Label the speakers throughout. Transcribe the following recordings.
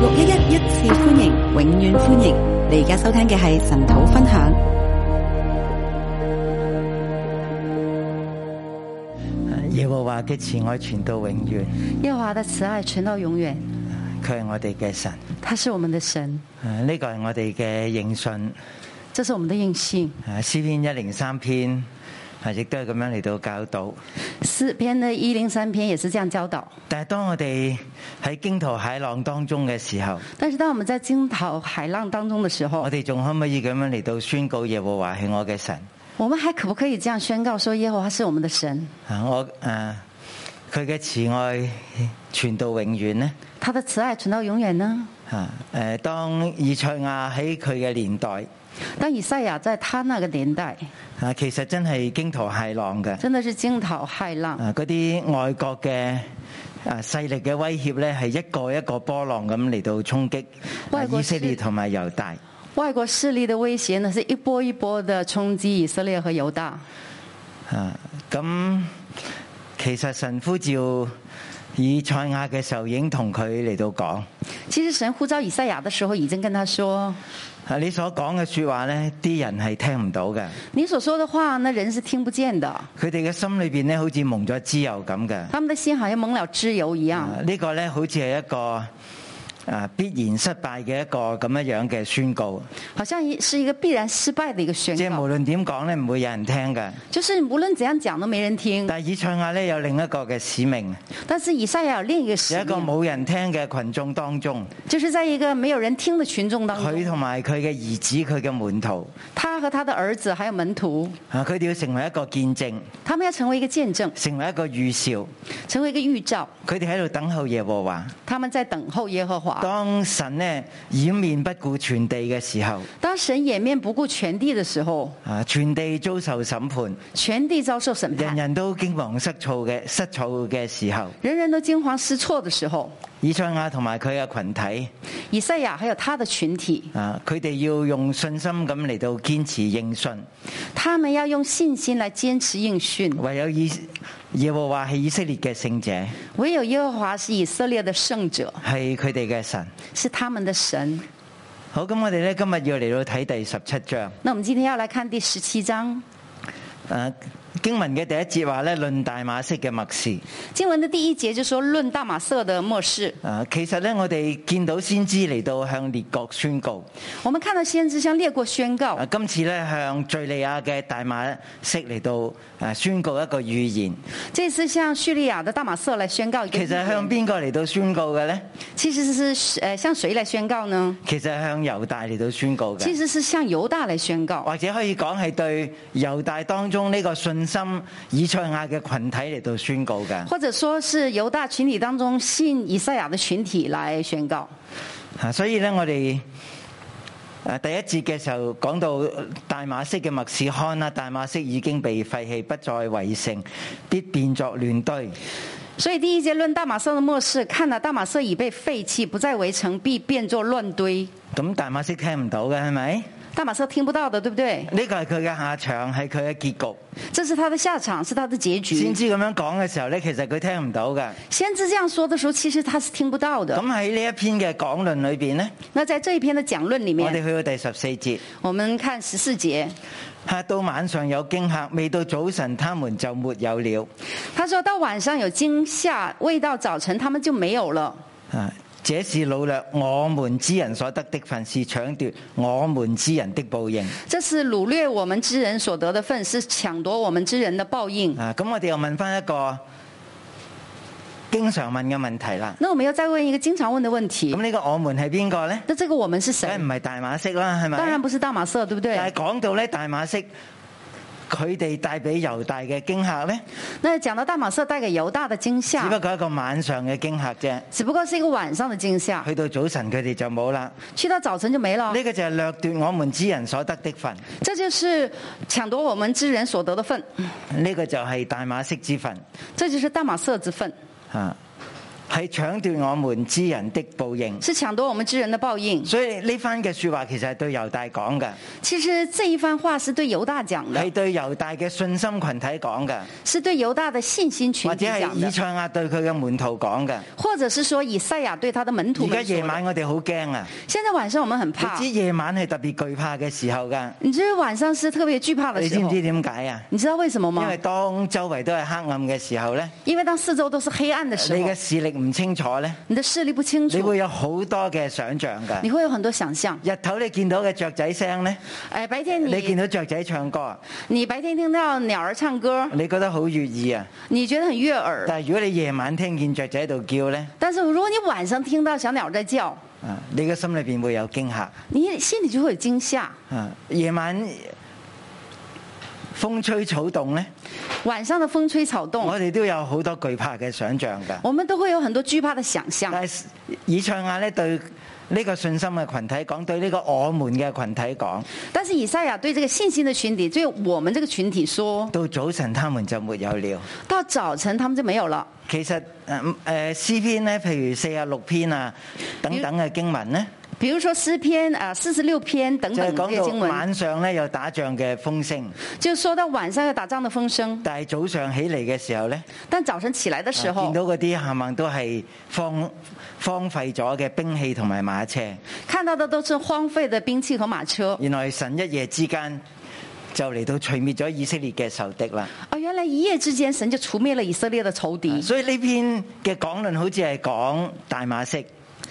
Speaker 1: 六一一一次歡迎，永遠歡迎！你而家收聽嘅係神土分享。
Speaker 2: 耶和華嘅慈愛傳到永遠，
Speaker 3: 耶和華的慈愛存到永遠，
Speaker 2: 佢係我哋嘅神。
Speaker 3: 他是我們的神，
Speaker 2: 誒呢個係我哋嘅應信。
Speaker 3: 這是我們的應信。
Speaker 2: 誒詩篇一零三篇，啊亦都係咁樣嚟到教導。
Speaker 3: 詩篇的一零三篇也是這樣教導。
Speaker 2: 但係當我哋喺驚濤駭浪當中嘅時候，
Speaker 3: 但是當我們在驚濤海浪當中的時候
Speaker 2: 我，哋仲可唔可以咁樣嚟到宣告耶和華係我嘅神？
Speaker 3: 我們還可不可以這樣宣告說耶和華是我們的神，
Speaker 2: 啊我誒佢嘅慈愛傳到永遠呢？
Speaker 3: 他的慈愛存到永遠呢？
Speaker 2: 啊誒，當以賽亞喺佢嘅年代
Speaker 3: 當以賽亞在他那個年代，
Speaker 2: 啊，其實真係驚濤駭浪嘅。
Speaker 3: 真的是驚濤駭浪，
Speaker 2: 啊，嗰啲外國嘅啊勢力嘅威脅咧，係一個一個波浪咁嚟到衝擊啊
Speaker 3: 外國
Speaker 2: 以色列
Speaker 3: 勢
Speaker 2: 同埋猶大。
Speaker 3: 外國勢力的威脅呢是一波一波的衝擊以色列和猶大。
Speaker 2: 啊，咁其實神呼召以賽亞嘅時候，已經同佢嚟到講
Speaker 3: 其實神呼召以賽亞的時候，已經跟他說：
Speaker 2: 啊，你所講嘅説話咧，啲人係聽唔到嘅。
Speaker 3: 你所說的話，那人是聽不見的。
Speaker 2: 佢哋嘅心裏邊咧，好似蒙咗脂油咁嘅。
Speaker 3: 他們的心好像蒙了脂油一樣。
Speaker 2: 啊呢個咧，好似係一個啊必然失敗嘅一個咁樣樣嘅宣告，
Speaker 3: 好像一是一个必然失敗的一個宣
Speaker 2: 即係
Speaker 3: 告，
Speaker 2: 無論點講咧，唔會有人聽嘅。
Speaker 3: 就是無論怎樣講都沒人聽。
Speaker 2: 但係以賽亞咧有另一個嘅使命，
Speaker 3: 但是以賽亞有另一個使
Speaker 2: 有一個
Speaker 3: 命，
Speaker 2: 冇人聽嘅群眾當中，
Speaker 3: 就是在一個沒有人聽的群眾當
Speaker 2: 佢
Speaker 3: 中，
Speaker 2: 同埋佢嘅兒子、佢嘅門徒，
Speaker 3: 他和他的兒子還有門徒，
Speaker 2: 啊，佢哋要成為一個見證，
Speaker 3: 他們要成為一個見證，
Speaker 2: 成為一個預兆。
Speaker 3: 成為一個預兆。
Speaker 2: 佢哋喺度等候耶和華。
Speaker 3: 他們在等候耶和華。
Speaker 2: 當神呢掩面不顧全地嘅時候，
Speaker 3: 當神掩面不顧全地的時候，
Speaker 2: 啊，全地遭受審判，
Speaker 3: 全地遭受審
Speaker 2: 人
Speaker 3: 判，
Speaker 2: 人都驚惶失措嘅失措嘅時候，
Speaker 3: 人人都驚慌失措的時候，
Speaker 2: 以賽亞同埋佢嘅群體，
Speaker 3: 以賽亞還有他的群體，
Speaker 2: 啊，佢哋要用信心咁嚟到堅持應信。
Speaker 3: 他們要用信心來堅持應訊。
Speaker 2: 唯有以耶和華係以色列嘅聖者，
Speaker 3: 唯有耶和華是以色列的聖者，
Speaker 2: 係佢哋嘅神。
Speaker 3: 是他們的神。
Speaker 2: 好，咁我哋咧今日要嚟到睇第十七章。
Speaker 3: 那我們今天要來看第十七章
Speaker 2: 誒、經啊文嘅第一節話咧，論大馬色嘅默示。誒、
Speaker 3: 經文的第一節，就說論大馬色的末世。
Speaker 2: 啊其實咧我哋見到先知嚟到向列國宣告。
Speaker 3: 我們看到先知向列國宣告
Speaker 2: 啊，，今次咧向敍利亞嘅大馬色嚟到誒宣告一個預言。
Speaker 3: 這次向敘利亞的大馬色來宣告一個預
Speaker 2: 其
Speaker 3: 言。
Speaker 2: 實向邊個嚟到宣告嘅咧？
Speaker 3: 其實是呃向誰來宣告呢？
Speaker 2: 其實向猶大嚟到宣告
Speaker 3: 其
Speaker 2: 嘅。
Speaker 3: 實是向猶大來宣告，
Speaker 2: 或者可以講係對猶大當中呢個信心以賽亞嘅群體嚟到宣告嘅。
Speaker 3: 或者說是猶大群體當中信以賽亞的群體來宣告。
Speaker 2: 啊，所以咧，我哋誒第一節嘅時候講到大馬色嘅麥士看啊，大馬色已經被廢棄，不再為城，必變作亂堆。
Speaker 3: 所以第一節論大馬色的末世，看了大馬色已被廢棄，不再為城，必變作亂堆。
Speaker 2: 咁大馬色聽唔到嘅係咪？
Speaker 3: 大馬色聽不到的，對不對？
Speaker 2: 呢個係佢嘅下場，係佢嘅結局。
Speaker 3: 這是他的下場，是他的結局。
Speaker 2: 先知咁樣講嘅時候咧，其實佢聽唔到嘅。
Speaker 3: 先知這樣說的時候，其實他是聽不到
Speaker 2: 咁
Speaker 3: 的。
Speaker 2: 喺呢一篇嘅講論裏邊咧，
Speaker 3: 那在這一篇的講論裏
Speaker 2: 我哋
Speaker 3: 面，
Speaker 2: 去到第十四節。
Speaker 3: 我們看十四節，
Speaker 2: 嚇到晚上有驚嚇，未到早晨，他們就沒有了。
Speaker 3: 他說到晚上有驚嚇，未到早晨他們就沒有了。
Speaker 2: 啊！這是擄掠我們之人所得的份，是搶奪我們之人的報應。
Speaker 3: 這是擄掠我們之人所得的份，是搶奪我們之人的報應。
Speaker 2: 啊！咁我哋又問翻一個經常問嘅問題啦。
Speaker 3: 那我們要再問一個經常問的問題
Speaker 2: 咁，呢個我們係邊個呢？
Speaker 3: 那這個我們是
Speaker 2: 梗係
Speaker 3: 誰？
Speaker 2: 唔係大馬色啦，係咪？
Speaker 3: 當然不是大馬色，對不
Speaker 2: 但係
Speaker 3: 對？
Speaker 2: 講到咧大馬色，佢哋帶俾猶大嘅驚嚇呢，
Speaker 3: 那講到大馬色帶給猶大的驚
Speaker 2: 只不過
Speaker 3: 嚇，
Speaker 2: 係一個晚上嘅驚嚇啫。
Speaker 3: 只不過是一個晚上的驚嚇，
Speaker 2: 去到早晨佢哋就冇啦。
Speaker 3: 去到早晨就沒了。
Speaker 2: 呢個就係掠奪我們之人所得的份，
Speaker 3: 這就是搶奪我們之人所得的份，
Speaker 2: 呢個就係大馬色之份。
Speaker 3: 這就是大馬色之份。
Speaker 2: 啊！係搶奪我們之人的報應。
Speaker 3: 是抢夺我们之人的报应。
Speaker 2: 所以呢番嘅说話其實係對猶大講嘅，
Speaker 3: 其实这一番话是对犹大讲的
Speaker 2: 係，對猶大嘅信心群體講嘅，
Speaker 3: 是对犹大的信心群
Speaker 2: 或
Speaker 3: 体
Speaker 2: 者係
Speaker 3: 讲
Speaker 2: 以
Speaker 3: 的，
Speaker 2: 賽亞對佢嘅門徒講嘅。
Speaker 3: 或者是说以赛亚对他的门
Speaker 2: 而
Speaker 3: 徒
Speaker 2: 家
Speaker 3: 们说
Speaker 2: 夜
Speaker 3: 的。
Speaker 2: 晚我哋好驚啊！
Speaker 3: 现在晚上我们很怕
Speaker 2: 你知，夜晚係特別懼怕嘅時候㗎，
Speaker 3: 你知道晚上是特别惧怕的
Speaker 2: 你
Speaker 3: 时
Speaker 2: 知唔
Speaker 3: 候。
Speaker 2: 知點解啊？
Speaker 3: 你知道为什么
Speaker 2: 因
Speaker 3: 吗
Speaker 2: 為？當周圍都係黑暗嘅時候呢，
Speaker 3: 因为当四周都是黑暗的时
Speaker 2: 你
Speaker 3: 候
Speaker 2: 嘅，視力唔清楚呢，
Speaker 3: 你的视力不清
Speaker 2: 你
Speaker 3: 楚，
Speaker 2: 會有好多嘅想像㗎。
Speaker 3: 你会有很多想象。
Speaker 2: 日頭你見到嘅雀仔聲呢，
Speaker 3: 哎，白天
Speaker 2: 你見
Speaker 3: 你
Speaker 2: 到雀仔唱歌，
Speaker 3: 你白天听到鸟儿唱歌，
Speaker 2: 你覺得好悅耳啊！
Speaker 3: 你觉得很悦耳。
Speaker 2: 嗯但係如果你夜晚聽見雀仔喺度叫呢，
Speaker 3: 但是如果你晚上聽到小鳥在叫，
Speaker 2: 啊，你嘅心裏邊會有驚嚇。
Speaker 3: 你心里就會有驚嚇。
Speaker 2: 啊，夜晚風吹草動呢，
Speaker 3: 晚上的風吹草動，
Speaker 2: 我哋都有好多懼怕嘅想像㗎。
Speaker 3: 我們都會有很多懼怕的想象。
Speaker 2: 但係以賽亞咧對呢個信心嘅群體講，對呢個我們嘅群體講，
Speaker 3: 但是以賽亞對這個信心的群體，對我們這個群體說，
Speaker 2: 到早晨他們就沒有了。
Speaker 3: 到早晨他們就沒有了。
Speaker 2: 其實誒誒詩篇咧，譬如四啊六篇啊等等嘅經文咧，
Speaker 3: 比如說詩篇啊四十六篇等
Speaker 2: 就係
Speaker 3: 等這些
Speaker 2: 講
Speaker 3: 經
Speaker 2: 到
Speaker 3: 文，
Speaker 2: 晚上咧有打仗嘅風聲，
Speaker 3: 就說到晚上要打仗的風聲，
Speaker 2: 但係早上起嚟嘅時候咧，
Speaker 3: 但早晨起來的時
Speaker 2: 見
Speaker 3: 候
Speaker 2: 啊到，嗰啲冚唪唥都係荒荒廢咗嘅兵器同埋馬車。
Speaker 3: 看到的都是荒廢的兵器和馬車。
Speaker 2: 原來神一夜之間就嚟到除滅咗以色列嘅仇敵啦。
Speaker 3: 哦，原來一夜之間神就除滅了以色列的仇敵。
Speaker 2: 所以呢篇嘅講論好似係講大馬色，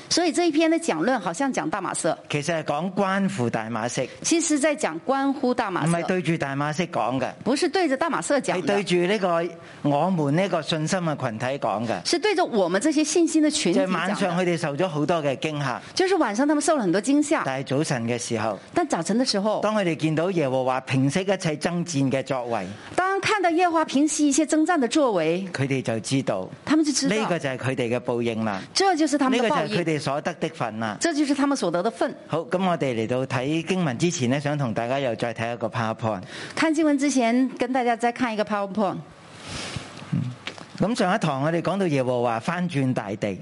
Speaker 3: 所以這一篇的講論好像講大馬色。
Speaker 2: 其實係講關乎大馬色，唔
Speaker 3: 其實在講關乎大馬
Speaker 2: 係
Speaker 3: 色，
Speaker 2: 對住大馬色講嘅，
Speaker 3: 不是對着大馬色講
Speaker 2: 係
Speaker 3: 的
Speaker 2: 對，住呢個我們呢個信心嘅群體講嘅。
Speaker 3: 是對着我們這些信心的群體
Speaker 2: 就係啊晚
Speaker 3: 講
Speaker 2: 上
Speaker 3: 的。
Speaker 2: 佢哋受咗好多嘅驚嚇，
Speaker 3: 就是晚上他們受了很多驚嚇，
Speaker 2: 但係早晨嘅時候，
Speaker 3: 但早晨的時候，
Speaker 2: 當佢哋見到耶和華平息一切爭戰嘅作為，
Speaker 3: 當看到耶和華平息一些征戰的作為，
Speaker 2: 佢哋就知道
Speaker 3: 他們就知
Speaker 2: 呢
Speaker 3: 道
Speaker 2: 個，就係佢哋嘅報應啦，
Speaker 3: 這就是他
Speaker 2: 呢
Speaker 3: 們
Speaker 2: 個
Speaker 3: 的
Speaker 2: 就
Speaker 3: 報
Speaker 2: 係佢
Speaker 3: 應，
Speaker 2: 哋所得的份啦。
Speaker 3: 這就是他們所得的份。
Speaker 2: 好，咁我哋嚟到睇經文之前呢，想同大家又再睇一個 PowerPoint。
Speaker 3: 看經文之前，跟大家再看一個 PowerPoint。
Speaker 2: 咁上一堂我哋講到耶和華翻轉大地，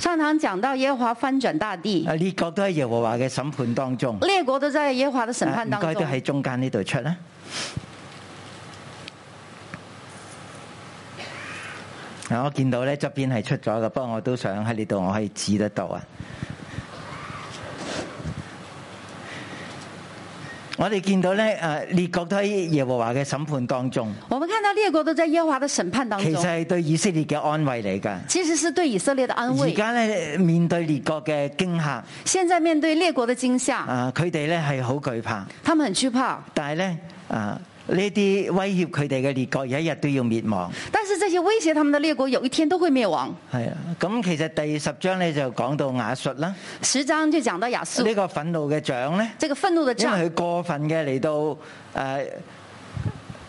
Speaker 3: 上堂講到耶和華翻轉大地
Speaker 2: 啊，，列國都喺耶和華嘅審判當中，
Speaker 3: 列國都在耶和華的審判
Speaker 2: 啊
Speaker 3: 當
Speaker 2: 唔該都
Speaker 3: 中。
Speaker 2: 喺中間呢度出啦。啊，我見到咧側邊係出咗嘅，不過我都想喺呢度我可以指得到啊。我哋見到咧，誒列國都喺耶和華嘅審判當中，
Speaker 3: 我們看到列國都在耶和華的審判當
Speaker 2: 其實
Speaker 3: 中，
Speaker 2: 係對以色列嘅安慰嚟㗎。
Speaker 3: 其實是對以色列的安
Speaker 2: 而
Speaker 3: 慰。
Speaker 2: 家咧面對列國嘅驚嚇，
Speaker 3: 現在面對列國的驚嚇，
Speaker 2: 啊，佢哋咧係好懼怕，
Speaker 3: 他們很懼怕，
Speaker 2: 但係咧啊呢啲威脅佢哋嘅列國有一日都要滅亡，
Speaker 3: 但是這些威脅他們的列國有一天都會滅亡。
Speaker 2: 係啊。咁其實第十章咧就講到亞述啦，
Speaker 3: 十章就講到亞述，
Speaker 2: 呢個憤怒嘅杖咧，
Speaker 3: 這個憤怒的
Speaker 2: 因
Speaker 3: 杖，
Speaker 2: 為佢過分嘅嚟到誒、啊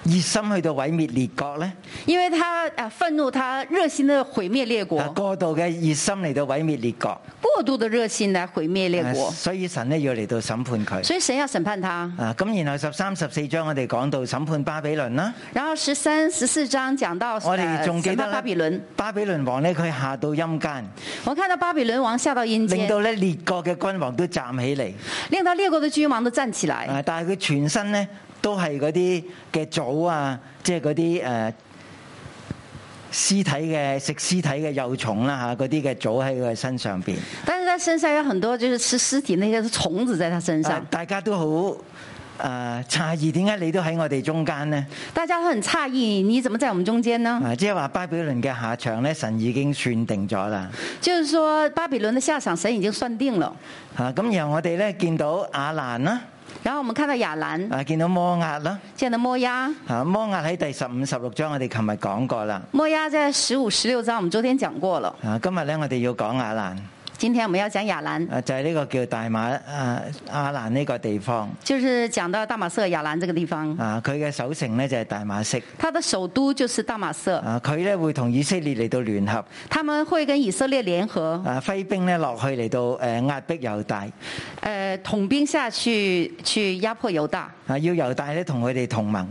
Speaker 2: 熱心去到毀滅列國咧，
Speaker 3: 因為他啊憤怒，他熱心的毀滅列
Speaker 2: 啊
Speaker 3: 國，
Speaker 2: 過度嘅熱心嚟到毀滅列國，
Speaker 3: 過度的熱心來毀滅列
Speaker 2: 啊
Speaker 3: 國，
Speaker 2: 所以神咧要嚟到審判佢。
Speaker 3: 所以神要審判他。
Speaker 2: 啊，咁然後十三、十四章我哋講到審判巴比倫啦。
Speaker 3: 然後十三、十四章講到
Speaker 2: 我哋
Speaker 3: 呃
Speaker 2: 仲記
Speaker 3: 審
Speaker 2: 得
Speaker 3: 判
Speaker 2: 咧
Speaker 3: 巴比倫，
Speaker 2: 巴比倫王咧，佢下到陰間，
Speaker 3: 我看到巴比倫王下到陰
Speaker 2: 令
Speaker 3: 間，
Speaker 2: 到咧列國嘅君王都站起嚟。
Speaker 3: 令到列國的君王都站起來，
Speaker 2: 啊，但係佢全身咧都係嗰啲嘅藻啊，即係嗰啲誒屍體嘅食屍體嘅幼蟲啦嚇，嗰啲嘅藻喺佢身上邊。
Speaker 3: 但是他身上有很多就是吃屍體那些蟲子在他身
Speaker 2: 啊
Speaker 3: 上，
Speaker 2: 大家都好誒詫異，點解你都喺我哋中間呢？
Speaker 3: 大家都很詫異，你怎麼在我們中間呢？
Speaker 2: 啊，即係話巴比倫嘅下場咧，神已經算定咗啦。
Speaker 3: 就是說巴比倫的下場，神已經算定了。
Speaker 2: 啊，咁然後我哋咧見到亞蘭啦，
Speaker 3: 然後我們看到亞蘭，
Speaker 2: 啊見到摩押啦。
Speaker 3: 见到摩押，
Speaker 2: 啊，摩押喺第十五、十六章，我哋琴日講過啦。
Speaker 3: 摩押在十五、十六章，我們昨天講過了。
Speaker 2: 啊，今日咧我哋要講亞蘭，
Speaker 3: 今天我們要講亞蘭，
Speaker 2: 啊就係、呢個叫大馬啊亞蘭呢個地方。
Speaker 3: 就是講到大馬色亞蘭這個地方，
Speaker 2: 啊，佢嘅首城咧就係大馬色。
Speaker 3: 它的首都就是大馬色，
Speaker 2: 啊，佢咧會同以色列嚟到聯合，
Speaker 3: 他們會跟以色列聯合，
Speaker 2: 啊揮兵咧落去嚟到誒壓迫猶大，
Speaker 3: 呃呃，統兵下去去壓迫猶大，
Speaker 2: 啊要猶大咧同佢哋同盟，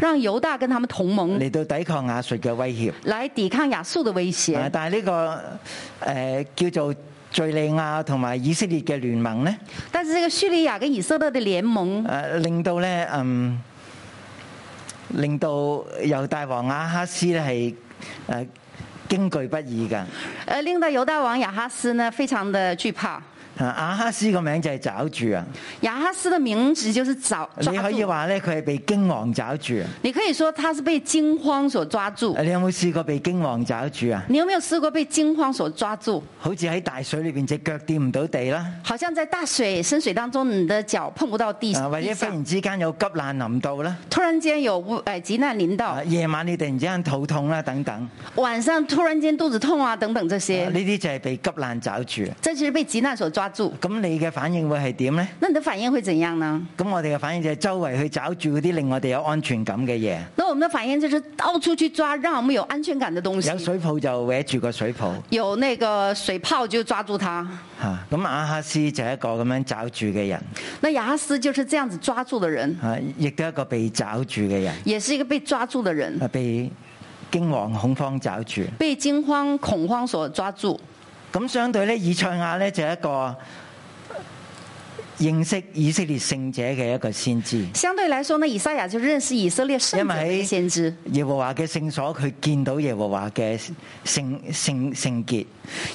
Speaker 3: 让犹大跟他们同盟，
Speaker 2: 嚟到抵抗亞述嘅威脅。
Speaker 3: 来抵抗亚述的威
Speaker 2: 啊
Speaker 3: 胁。
Speaker 2: 但係呢、個呃叫做敍利亞同埋以色列嘅聯盟呢，
Speaker 3: 但是这个叙利亚跟以色列的联盟，
Speaker 2: 呃令到呢，嗯，令到猶大王亞哈斯呢係誒驚懼不已㗎。
Speaker 3: 呃，令到犹大王亚哈斯呢非常的惧怕。
Speaker 2: 啊亞哈斯個名就係找住啊，
Speaker 3: 亚哈斯的名字就是找抓
Speaker 2: 你可以
Speaker 3: 住，
Speaker 2: 話呢，佢係被驚惶找住啊。
Speaker 3: 你可以说他是被惊慌所抓住。
Speaker 2: 你有冇試過被驚惶找住啊？
Speaker 3: 你有没有试过被惊慌所抓住？
Speaker 2: 好似喺大水裏邊只腳掂唔到地啦，
Speaker 3: 好像在大水深水当中，你的腳碰不到地，
Speaker 2: 啊或者
Speaker 3: 地
Speaker 2: 忽
Speaker 3: 上
Speaker 2: 然之間有急難臨到啦，
Speaker 3: 突然间有危呃急難臨到
Speaker 2: 啊，夜晚你突然之間肚痛啦等等，啊
Speaker 3: 晚上突然間肚子痛啊等等这些
Speaker 2: 呢，啲就係被急難找住。
Speaker 3: 这就是被急難所抓住。
Speaker 2: 咁你嘅反應會係點呢？
Speaker 3: 那你的反應會怎樣呢？
Speaker 2: 咁我哋嘅反應就係周圍去找住嗰啲令我哋有安全感嘅嘢，
Speaker 3: 那我們的反應就是到處去抓，讓我們有安全感的東
Speaker 2: 有
Speaker 3: 西。
Speaker 2: 水泡就搲住個水泡
Speaker 3: 有那個水泡就抓住它，
Speaker 2: 嚇。咁亞哈斯就係一個咁樣找住嘅人，
Speaker 3: 那雅哈斯就是這樣子抓住的人，
Speaker 2: 啊，亦都一個被找住嘅人，
Speaker 3: 也是一個被抓住的人，
Speaker 2: 啊，被驚惶恐慌找住。
Speaker 3: 被驚慌恐慌所抓住。
Speaker 2: 咁相對咧，以賽亞咧就係一個認識以色列聖者嘅一個先知。
Speaker 3: 相對來說呢，以賽亞就認識以色列聖者的一個先知。
Speaker 2: 耶和華嘅聖所，佢見到耶和華嘅聖聖聖潔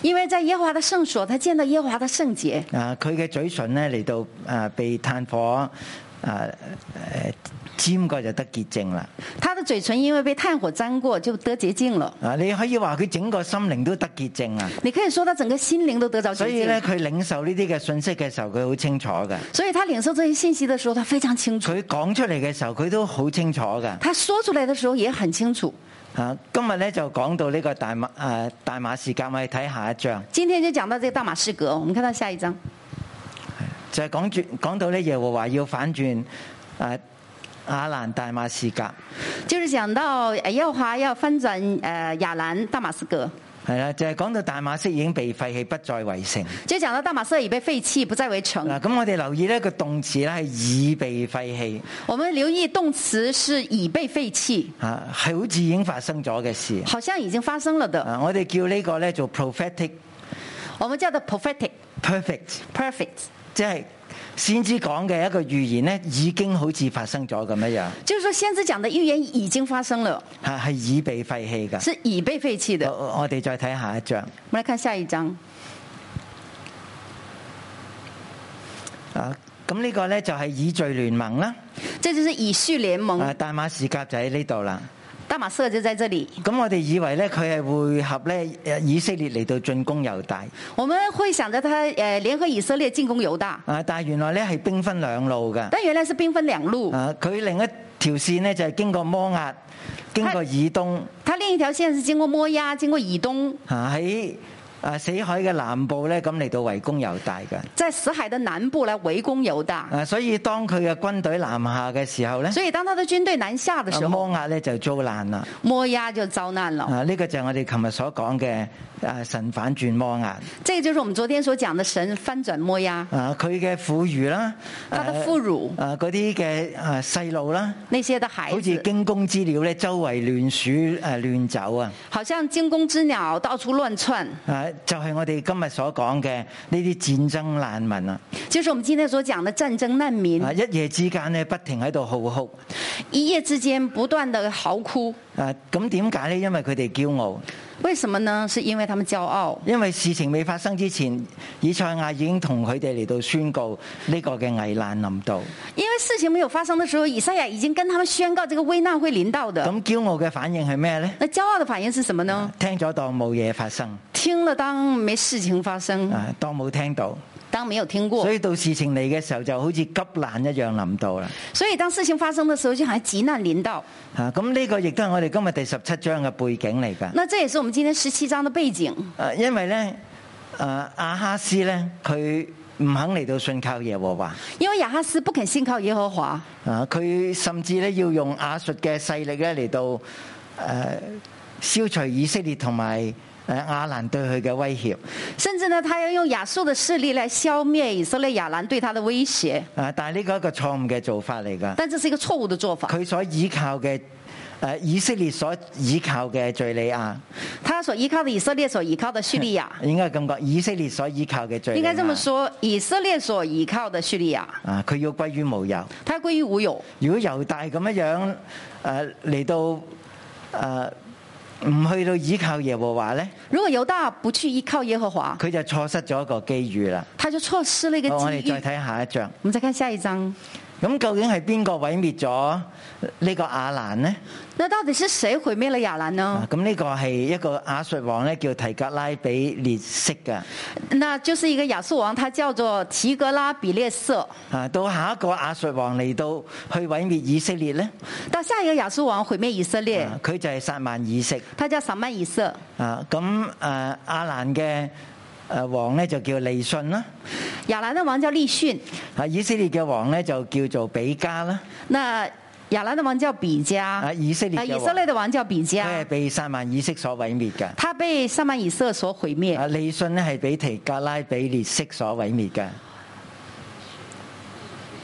Speaker 3: 因為在耶和華的聖所，他見到耶和華的聖潔，
Speaker 2: 啊！佢嘅嘴唇咧嚟到啊，被炭火啊誒沾過就得潔淨啦！
Speaker 3: 他的嘴唇因為被炭火沾過，就得潔淨了。
Speaker 2: 啊，你可以話佢整個心靈都得潔淨啦。
Speaker 3: 你可以說他整個心靈都得着潔
Speaker 2: 所以咧，
Speaker 3: 淨。
Speaker 2: 佢領受呢啲嘅信息嘅時候，佢好清楚嘅。
Speaker 3: 所以他領受這些信息的時候，他非常清楚。
Speaker 2: 佢講出嚟嘅時候，佢都好清楚嘅。
Speaker 3: 他說出來的時候也很清楚。
Speaker 2: 啊，今日咧就講到呢個大馬誒、啊大馬士革，我哋睇下一章，
Speaker 3: 今天就講到這個大馬士革，我們看到下一章，
Speaker 2: 就係講住講到咧耶和華要反轉誒亞蘭大馬士革，
Speaker 3: 就是講到呃耶和華要翻轉呃亞蘭大馬士革，
Speaker 2: 係啦，就係、講到大馬色已經被廢棄，不再為城。
Speaker 3: 就講到大馬色已被廢棄，不再為城。
Speaker 2: 嗱，咁我哋留意呢個動詞咧係已被廢棄，
Speaker 3: 我們留意動詞是已被廢棄，
Speaker 2: 啊，係好似已經發生咗嘅事。
Speaker 3: 好像已經發生了的。
Speaker 2: 啊，我哋叫呢個咧做 prophetic
Speaker 3: 我們叫做 prophetic
Speaker 2: perfect，
Speaker 3: perfect，
Speaker 2: 即係先知講嘅一個預言咧，已經好似發生咗咁樣樣，
Speaker 3: 就是說先知講的預言已經發生了，
Speaker 2: 嚇啊係已被廢棄㗎。
Speaker 3: 是已被廢棄的。我
Speaker 2: 我我哋再睇下一章。
Speaker 3: 們來看下一章。
Speaker 2: 啊，咁呢個呢就係以罪聯盟啦，
Speaker 3: 这就是以叙联
Speaker 2: 啊
Speaker 3: 盟，
Speaker 2: 大馬士革就喺呢度啦。
Speaker 3: 大马色就在这里。
Speaker 2: 咁我哋以為呢，佢係會合呢呃以色列嚟到進攻猶大，
Speaker 3: 我们会想着他呃联合以色列进攻犹大，
Speaker 2: 啊但係原來呢係兵分兩路㗎。
Speaker 3: 但原來是兵分兩路。
Speaker 2: 啊佢另一條線呢，就係經過摩押，經過以東，
Speaker 3: 他另一條線是經過摩押，經過以東，
Speaker 2: 啊喺啊死海嘅南部呢，咁嚟到圍攻猶大㗎。
Speaker 3: 在死海的南部來圍攻猶大。
Speaker 2: 啊所以當佢嘅軍隊南下嘅時候呢，
Speaker 3: 所以當他的軍隊南下的
Speaker 2: 啊
Speaker 3: 時候，
Speaker 2: 摩押呢就遭難啦。
Speaker 3: 摩押就遭難了。
Speaker 2: 啊呢個就係我哋琴日所講嘅啊神反轉摩押。
Speaker 3: 這個就是我們昨天所講的神翻轉摩押，
Speaker 2: 啊，佢嘅婦孺啦，
Speaker 3: 他的俘虜
Speaker 2: 啊嗰啲嘅啊細路啦，
Speaker 3: 那些的孩
Speaker 2: 好似
Speaker 3: 子，
Speaker 2: 驚弓之鳥咧，周圍亂鼠誒亂走啊！
Speaker 3: 好像驚弓之鳥到處亂竄，
Speaker 2: 啊，就係、我哋今日所講嘅呢啲戰爭難民啊！
Speaker 3: 就是我們今天所講的戰爭難民
Speaker 2: 啊，，一夜之間咧，不停喺度號哭。
Speaker 3: 一夜之間不斷的嚎哭。
Speaker 2: 啊，咁點解呢？因為佢哋驕傲，
Speaker 3: 為什麼呢？是因為他們驕傲。
Speaker 2: 因為事情未發生之前，以賽亞已經同佢哋嚟到宣告呢個嘅危難臨到。
Speaker 3: 因為事情沒有發生的時候，以賽亞已經跟他們宣告這個危難會臨到的。
Speaker 2: 咁驕傲嘅反應係咩呢？
Speaker 3: 那驕傲的反應是什麼呢？
Speaker 2: 聽咗當冇嘢發生，
Speaker 3: 聽了當沒事情發生，
Speaker 2: 啊，當冇聽到。
Speaker 3: 當沒有聽過
Speaker 2: 所。以到事情嚟嘅時候，就好似急難一樣臨到啦。
Speaker 3: 所以當事情發生的時候，就好像急難臨到。
Speaker 2: 嚇，啊咁呢個亦都係我哋今日第十七章嘅背景嚟㗎。
Speaker 3: 那這也是我們今天十七章的背景，
Speaker 2: 誒，因為咧，誒亞哈斯咧，佢唔肯嚟到信靠耶和華。
Speaker 3: 因為亞哈斯不肯信靠耶和華，
Speaker 2: 啊，佢甚至咧要呃用亞述嘅勢力咧嚟到誒消除以色列同埋誒呃誒亞蘭對佢嘅威脅。
Speaker 3: 甚至呢，他要用亚述的势力来消灭以色列亚兰对他的威胁。
Speaker 2: 啊，但係呢個一個錯誤嘅做法嚟㗎。
Speaker 3: 但这是一个错误的做法。
Speaker 2: 佢所依靠嘅誒、呃以色列所依靠嘅敍利亞，，
Speaker 3: 他所依靠的以色列所依靠的叙利亚
Speaker 2: 應該咁講，以色列所依靠嘅敍利亞。
Speaker 3: 应该这么说：以色列所依靠的叙利亚，
Speaker 2: 啊，佢要歸於無有。
Speaker 3: 它归于无有。
Speaker 2: 如果猶大咁樣樣誒嚟到誒。呃唔去到倚靠耶和華呢，
Speaker 3: 如果犹大不去依靠耶和华，
Speaker 2: 佢就錯失咗一個機遇啦。
Speaker 3: 他就错失了一个
Speaker 2: 好，我哋
Speaker 3: 机遇
Speaker 2: 再。睇下一章。
Speaker 3: 我们再看下一章，
Speaker 2: 咁究竟係邊個毀滅咗呢個亞蘭呢？
Speaker 3: 那到底是谁毁灭了亚兰呢
Speaker 2: 啊？咁呢個係一個亞述王咧，叫提格拉比列色嘅。
Speaker 3: 那就是一个亚述王，他叫做提格拉比列色。
Speaker 2: 啊，到下一個亞述王嚟到去毀滅以色列咧，
Speaker 3: 到下一个亚述王毁灭以色列，
Speaker 2: 啊佢就係撒曼以色。
Speaker 3: 他叫撒曼以色。
Speaker 2: 啊，咁誒亞蘭嘅誒王咧就叫利信啦，
Speaker 3: 亚兰的王叫利逊，
Speaker 2: 啊以色列嘅王咧就叫做比加啦，
Speaker 3: 那亚兰的王叫比加
Speaker 2: 啊，以色列
Speaker 3: 啊
Speaker 2: 嘅
Speaker 3: 以
Speaker 2: 王
Speaker 3: 色列的王哎叫比
Speaker 2: 佢係
Speaker 3: 加，
Speaker 2: 被撒曼以色所毀滅嘅。
Speaker 3: 他被撒曼以色所毁灭。
Speaker 2: 啊，利信咧係俾提格拉比列色所毀滅嘅，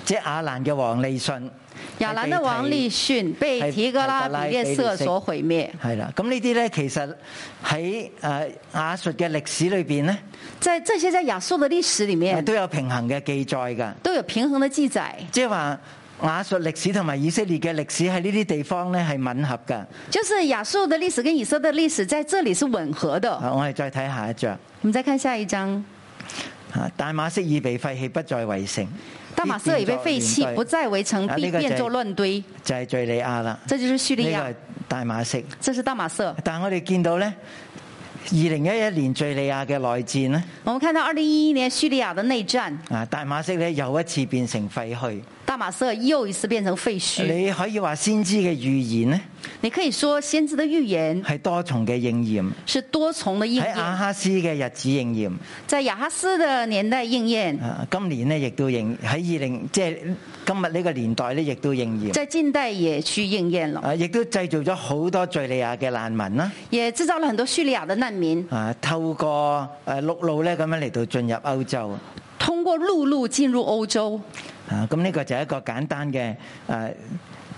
Speaker 2: 即係亞蘭嘅王利信。
Speaker 3: 亚兰的王利逊被提格拉比列色所毁灭。
Speaker 2: 係啦，咁呢啲咧其實喺誒亞述嘅歷史裏邊咧，
Speaker 3: 在这些在亚述的历史里面
Speaker 2: 呃都有平衡嘅記載㗎。
Speaker 3: 都有平衡的记载，
Speaker 2: 即係話亞述歷史同埋以色列嘅歷史喺呢啲地方咧係吻合㗎。
Speaker 3: 就是亚述的历史跟以色列的历史在这里是吻合的。
Speaker 2: 啊我哋再睇下一章。
Speaker 3: 我们再看下一章，
Speaker 2: 啊大馬色已被廢棄，不再為城。
Speaker 3: 大马色已被废弃，不再围城
Speaker 2: 啊，
Speaker 3: 必
Speaker 2: 呢個就
Speaker 3: 变
Speaker 2: 係
Speaker 3: 作乱堆。
Speaker 2: 就係敍利亞啦。
Speaker 3: 这就是叙
Speaker 2: 呢
Speaker 3: 利
Speaker 2: 個
Speaker 3: 亚
Speaker 2: 係，大馬色。
Speaker 3: 这是大马色。
Speaker 2: 但係我哋見到咧，二零一一年敍利亞嘅內戰咧，
Speaker 3: 我们看到二零一一年叙利亚的内战，
Speaker 2: 啊大馬色咧又一次變成廢墟。
Speaker 3: 大马色又一次变成废墟。
Speaker 2: 你可以話先知嘅預言咧
Speaker 3: 你可以说先知的预言
Speaker 2: 係多重嘅應驗，
Speaker 3: 是多重的应
Speaker 2: 喺亞
Speaker 3: 验，
Speaker 2: 哈斯嘅日子應驗。
Speaker 3: 在亚哈斯的年代应验，
Speaker 2: 啊，今年咧亦都應喺二零，即係今日呢個年代咧，亦都應驗。
Speaker 3: 在近代也去应验了，
Speaker 2: 啊，亦都製造咗好多敍利亞嘅難民啦。
Speaker 3: 也制造了很多叙利亚的难民
Speaker 2: 啊，透過誒陸路咧咁樣嚟到進入歐洲。
Speaker 3: 通过陆路进入欧洲。
Speaker 2: 啊，咁呢個就係一個簡單嘅誒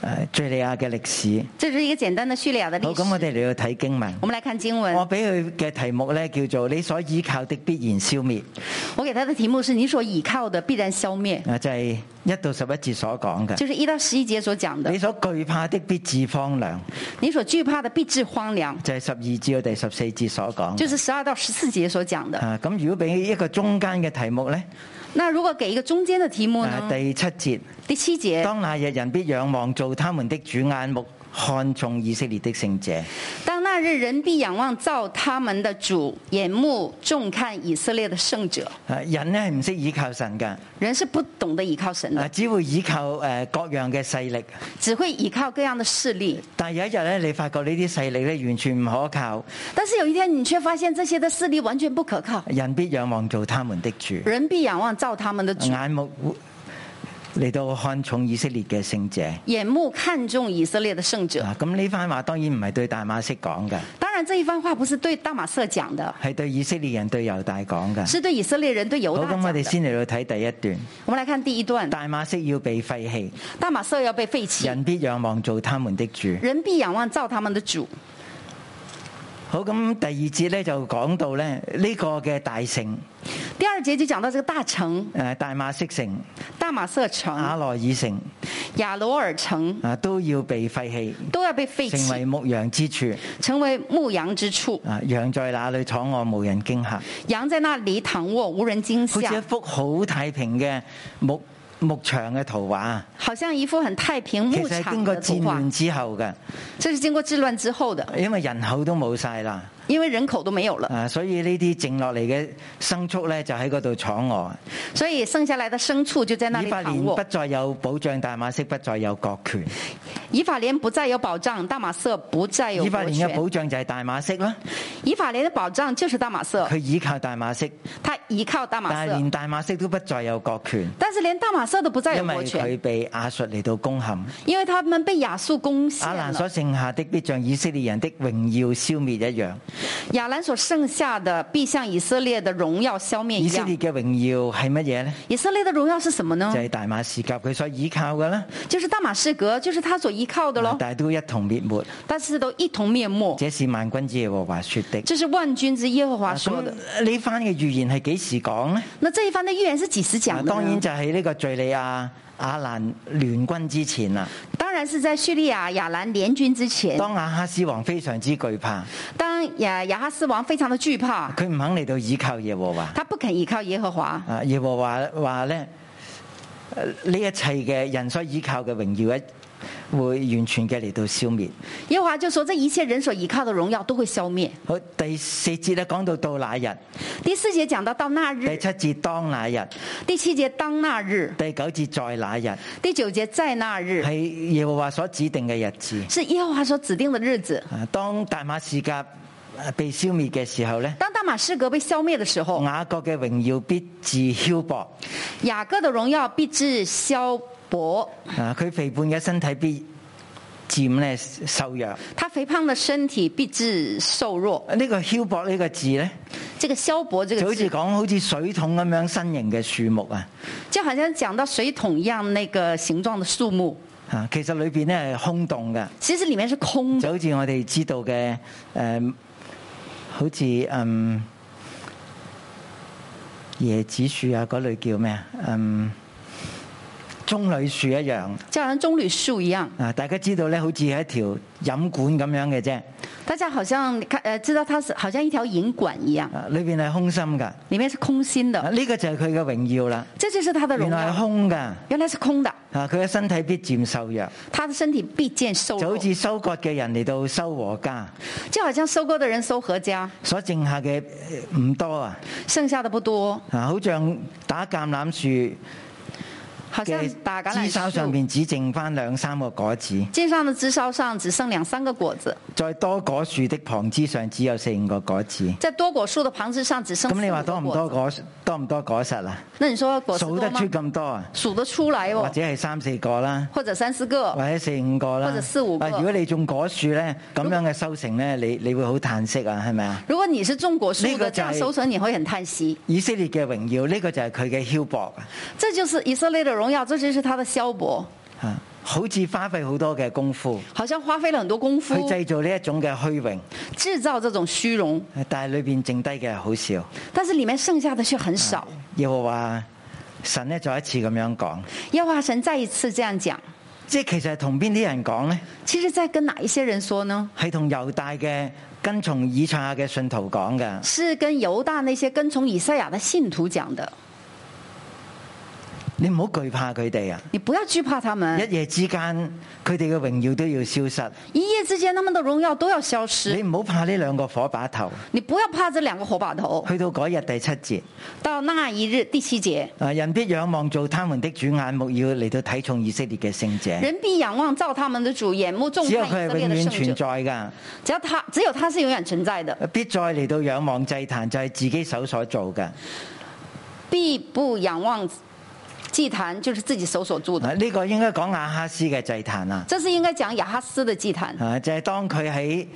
Speaker 2: 誒敍利亞嘅歷史。
Speaker 3: 这是一个简单的叙利亚的
Speaker 2: 好，
Speaker 3: 历史
Speaker 2: 咁。我哋嚟到睇經文。
Speaker 3: 我们来看经
Speaker 2: 我
Speaker 3: 文，
Speaker 2: 俾佢嘅題目咧叫做你所依靠的必然消滅。
Speaker 3: 我给他的题目是“你所倚靠的必然消灭
Speaker 2: 啊，就係一到十一節所講”，嘅。
Speaker 3: 就是一到十一节所讲的
Speaker 2: 你。所懼怕的必致荒涼，
Speaker 3: 你所惧怕的必致荒凉，
Speaker 2: 就係十二至到第十四節所講嘅
Speaker 3: 就。是十二到十四节所讲的。
Speaker 2: 啊，咁如果俾一個中間嘅題目咧，
Speaker 3: 那如果给一个中间的题目
Speaker 2: 啊
Speaker 3: 呢？
Speaker 2: 第七節，
Speaker 3: 第七节，
Speaker 2: 當那日人必仰望做他們的主眼目，看重以色列的聖者。
Speaker 3: 当那日人必仰望造他们的主，眼目重看以色列的圣者。
Speaker 2: 啊，人咧係唔識倚靠神㗎，
Speaker 3: 人是不懂得倚靠神
Speaker 2: 啊，
Speaker 3: 的，
Speaker 2: 只會倚靠誒各樣嘅勢力。
Speaker 3: 只会倚靠各样的势力。
Speaker 2: 但係有一日咧，你發覺呢啲勢力咧完全唔可靠，
Speaker 3: 但是有一天，你却发现这些的势力完全不可靠。
Speaker 2: 人必仰望做他們的主，
Speaker 3: 人必仰望造他们的主，
Speaker 2: 眼目嚟到看重以色列嘅聖者。
Speaker 3: 眼目看重以色列的圣者。
Speaker 2: 啊，咁呢番話當然唔係對大馬色講㗎，
Speaker 3: 当然，这一番话不是對大马色讲的，
Speaker 2: 係對以色列人對猶大講㗎。
Speaker 3: 是對以色列人、對犹
Speaker 2: 好，
Speaker 3: 大
Speaker 2: 咁我
Speaker 3: 讲
Speaker 2: 哋
Speaker 3: 的。
Speaker 2: 先嚟到睇第一段。
Speaker 3: 我们来看第一段，
Speaker 2: 大馬色要被廢棄，
Speaker 3: 大马色要被废弃，
Speaker 2: 人必仰望做他們的主。
Speaker 3: 人必仰望造他们的主。
Speaker 2: 好，咁第二節咧就講到咧呢個嘅大城，
Speaker 3: 第二节就講到这个大城
Speaker 2: 誒大馬色城、
Speaker 3: 大马色
Speaker 2: 亞
Speaker 3: 城、
Speaker 2: 羅爾城
Speaker 3: 亚罗尔城
Speaker 2: 啊都要被廢
Speaker 3: 都要被废
Speaker 2: 棄，成為
Speaker 3: 弃，
Speaker 2: 牧羊之處。
Speaker 3: 成為牧羊之处。
Speaker 2: 啊，羊在那裏闖我無人驚嚇，
Speaker 3: 羊在那里躺卧，无人惊
Speaker 2: 好似一
Speaker 3: 吓，
Speaker 2: 幅好太平嘅牧牧場嘅圖畫，
Speaker 3: 好像一幅很太平
Speaker 2: 其
Speaker 3: 牧
Speaker 2: 實係
Speaker 3: 场
Speaker 2: 經過
Speaker 3: 的
Speaker 2: 戰
Speaker 3: 图画
Speaker 2: 亂。之後嘅，
Speaker 3: 这是经过治乱之后的，
Speaker 2: 因為人口都冇晒啦，
Speaker 3: 因为人口都没有了，
Speaker 2: 啊，所以呢啲剩落嚟嘅牲畜咧就喺嗰度闖我。
Speaker 3: 所以剩下来的牲畜就在那
Speaker 2: 以
Speaker 3: 里
Speaker 2: 法
Speaker 3: 躺
Speaker 2: 蓮不
Speaker 3: 卧。
Speaker 2: 再有保障，大馬色不再有國權。
Speaker 3: 以法莲不再有保障，大马色不再有
Speaker 2: 以法
Speaker 3: 国
Speaker 2: 蓮嘅
Speaker 3: 权。
Speaker 2: 保障就係大馬色啦，
Speaker 3: 以法莲的保障就是大马色
Speaker 2: 佢，依靠大哦馬色，
Speaker 3: 他依靠大马
Speaker 2: 但係
Speaker 3: 色，
Speaker 2: 連大馬色都不再有國權，
Speaker 3: 但是连大马色都不再有
Speaker 2: 因
Speaker 3: 国
Speaker 2: 為
Speaker 3: 权，
Speaker 2: 佢被亞述嚟到攻陷。
Speaker 3: 因为他们被亚述攻陷
Speaker 2: 亞蘭
Speaker 3: 了。
Speaker 2: 所剩下的必像以色列人的榮耀消滅一樣。
Speaker 3: 亚兰所剩下的必像以色列的荣耀消灭一
Speaker 2: 以色
Speaker 3: 样
Speaker 2: 列。嘅榮耀係乜嘢呢？
Speaker 3: 以色列的荣耀是什么呢
Speaker 2: 就？係大馬士革佢所倚靠嘅啦，啊
Speaker 3: 就是大马士革，就是他所依靠的喽。
Speaker 2: 但係都一同滅沒。
Speaker 3: 但是都一同灭没。
Speaker 2: 這是萬軍之耶和華說的。
Speaker 3: 这是万军之耶和华说的。
Speaker 2: 咁呢番嘅預言係幾時講呢？啊
Speaker 3: 那这一番的预言是几时讲的呢？
Speaker 2: 當然就係呢個敘利亞亞蘭聯軍之前啦。
Speaker 3: 当然是在叙利亚亚兰联军之前。
Speaker 2: 當亞哈斯王非常之懼怕，
Speaker 3: 当亚亚哈斯王非常的惧怕，
Speaker 2: 佢唔肯嚟到倚靠耶和華。
Speaker 3: 他不肯依靠耶和华。
Speaker 2: 啊，耶和華話咧，呃呢一切嘅人所倚靠嘅榮耀一會完全嘅嚟到消滅。
Speaker 3: 耶和华就说：这一切人所依靠的榮耀都会消灭。
Speaker 2: 好，第四節咧講到到那日，
Speaker 3: 第四节讲到到那
Speaker 2: 第
Speaker 3: 日，
Speaker 2: 七節當那日，
Speaker 3: 第七节当那日，
Speaker 2: 第九節在那日，
Speaker 3: 第九节在那日，
Speaker 2: 係耶和華所指定嘅日子。
Speaker 3: 是耶和华所指定的日子。
Speaker 2: 啊，當大馬士革啊被消滅嘅時候咧，
Speaker 3: 当大马士革被消灭的时候，
Speaker 2: 雅各嘅榮耀必至漂薄，
Speaker 3: 雅各的荣耀必至消薄，
Speaker 2: 啊，佢肥胖嘅身體必漸咧瘦弱。
Speaker 3: 他肥胖的身体必至瘦弱。
Speaker 2: 呢、個漂薄呢個字咧，
Speaker 3: 这个消薄这
Speaker 2: 就
Speaker 3: 个
Speaker 2: 好似
Speaker 3: 字，
Speaker 2: 講好似水桶咁樣新型嘅樹木啊。
Speaker 3: 就好像讲到水桶一样那个形状的树木，
Speaker 2: 啊，其實裏邊咧係空洞嘅，
Speaker 3: 其实里面是空的，
Speaker 2: 就好似我哋知道嘅誒、嗯好似嗯椰子樹啊嗰類叫咩啊？嗯，棕櫚樹一樣。
Speaker 3: 就好像棕榈树一样。
Speaker 2: 啊，大家知道咧，好似係一條飲管咁樣嘅啫，
Speaker 3: 大家好像看呃知道它是好像一条银管一样，
Speaker 2: 啊，裏邊係空心㗎。啊
Speaker 3: 里面是空心的。
Speaker 2: 呢、個就係佢嘅榮耀啦。
Speaker 3: 这就是他的荣
Speaker 2: 原來係
Speaker 3: 耀。
Speaker 2: 空㗎，
Speaker 3: 原来是空的，
Speaker 2: 啊，佢嘅身體必漸瘦弱，
Speaker 3: 他的身体必见瘦
Speaker 2: 就
Speaker 3: 弱，
Speaker 2: 好
Speaker 3: 就
Speaker 2: 似收割嘅人嚟到收禾家，
Speaker 3: 好像收割的人收禾家，
Speaker 2: 所剩下嘅呃唔多啊。
Speaker 3: 剩下的不多，
Speaker 2: 啊，好像打橄欖樹
Speaker 3: 好像
Speaker 2: 嘅
Speaker 3: 打橄
Speaker 2: 枝梢
Speaker 3: 榄
Speaker 2: 上
Speaker 3: 树，
Speaker 2: 面只剩翻兩三個果子，
Speaker 3: 茎上的枝梢上只剩两三个果子，
Speaker 2: 在多果樹的旁枝上只有四五個果子。
Speaker 3: 在多果树的旁枝上只剩
Speaker 2: 咁你話
Speaker 3: 四五
Speaker 2: 多唔
Speaker 3: 个果
Speaker 2: 多
Speaker 3: 子。
Speaker 2: 果多唔多果實啊？
Speaker 3: 那你说果子
Speaker 2: 數
Speaker 3: 多
Speaker 2: 得
Speaker 3: 吗
Speaker 2: 出？咁多啊？
Speaker 3: 数得出来
Speaker 2: 或
Speaker 3: 哦，
Speaker 2: 者係三四個啦，
Speaker 3: 或者三四个。
Speaker 2: 或者四五個啦，
Speaker 3: 或者四五個
Speaker 2: 啊如果你種果樹咧，咁樣嘅收成咧，你你會好嘆息啊，係咪啊？
Speaker 3: 如果你是种果树
Speaker 2: 那个
Speaker 3: 的，
Speaker 2: 就
Speaker 3: 这样
Speaker 2: 是
Speaker 3: 收成你会很叹息。
Speaker 2: 以色列嘅榮耀呢、個就係佢嘅啊漂泊
Speaker 3: 这就是以色列的荣耀，这就是他的消薄，
Speaker 2: 啊，好似花費好多嘅功夫
Speaker 3: 好像花费了很多功
Speaker 2: 去
Speaker 3: 夫
Speaker 2: 製造呢一種嘅虛榮，
Speaker 3: 制造这种虚荣，
Speaker 2: 但係裏邊剩低嘅好少。
Speaker 3: 但是里面剩下的却很少。
Speaker 2: 耶和華神咧再一次咁樣講，
Speaker 3: 耶和华神再一次这样讲，
Speaker 2: 即係其實係同邊啲人講呢？
Speaker 3: 其实在跟哪一些人说呢？
Speaker 2: 係同猶大嘅跟從以賽亞嘅信徒講嘅。
Speaker 3: 是跟犹大那些跟从以赛亚的信徒讲的。
Speaker 2: 你唔好懼怕佢哋啊！
Speaker 3: 你不要惧怕他们，
Speaker 2: 一夜之間，佢哋嘅榮耀都要消失。
Speaker 3: 一夜之间他们的榮耀都要消失。
Speaker 2: 你唔好怕呢兩個火把頭。
Speaker 3: 你不要怕这两个火把头。
Speaker 2: 去到嗰日第七節，
Speaker 3: 到那一日第七节，
Speaker 2: 啊人必仰望做他們的主，眼目要嚟到睇重以色列嘅聖者。
Speaker 3: 人必仰望造他们的主，眼目重
Speaker 2: 哎只有
Speaker 3: 看以
Speaker 2: 佢
Speaker 3: 色
Speaker 2: 係
Speaker 3: 列
Speaker 2: 永
Speaker 3: 的
Speaker 2: 遠存
Speaker 3: 圣者。
Speaker 2: 在
Speaker 3: 只要他，只有他是永远存在的，
Speaker 2: 㗎，必再嚟到仰望祭壇，就係自己手所做嘅。啊
Speaker 3: 必不仰望祭坛，就是自己手所做的。
Speaker 2: 啊，呢個應該講亞哈斯嘅祭壇啦。
Speaker 3: 这是应该讲亚哈斯的祭坛，
Speaker 2: 啊，就係當佢喺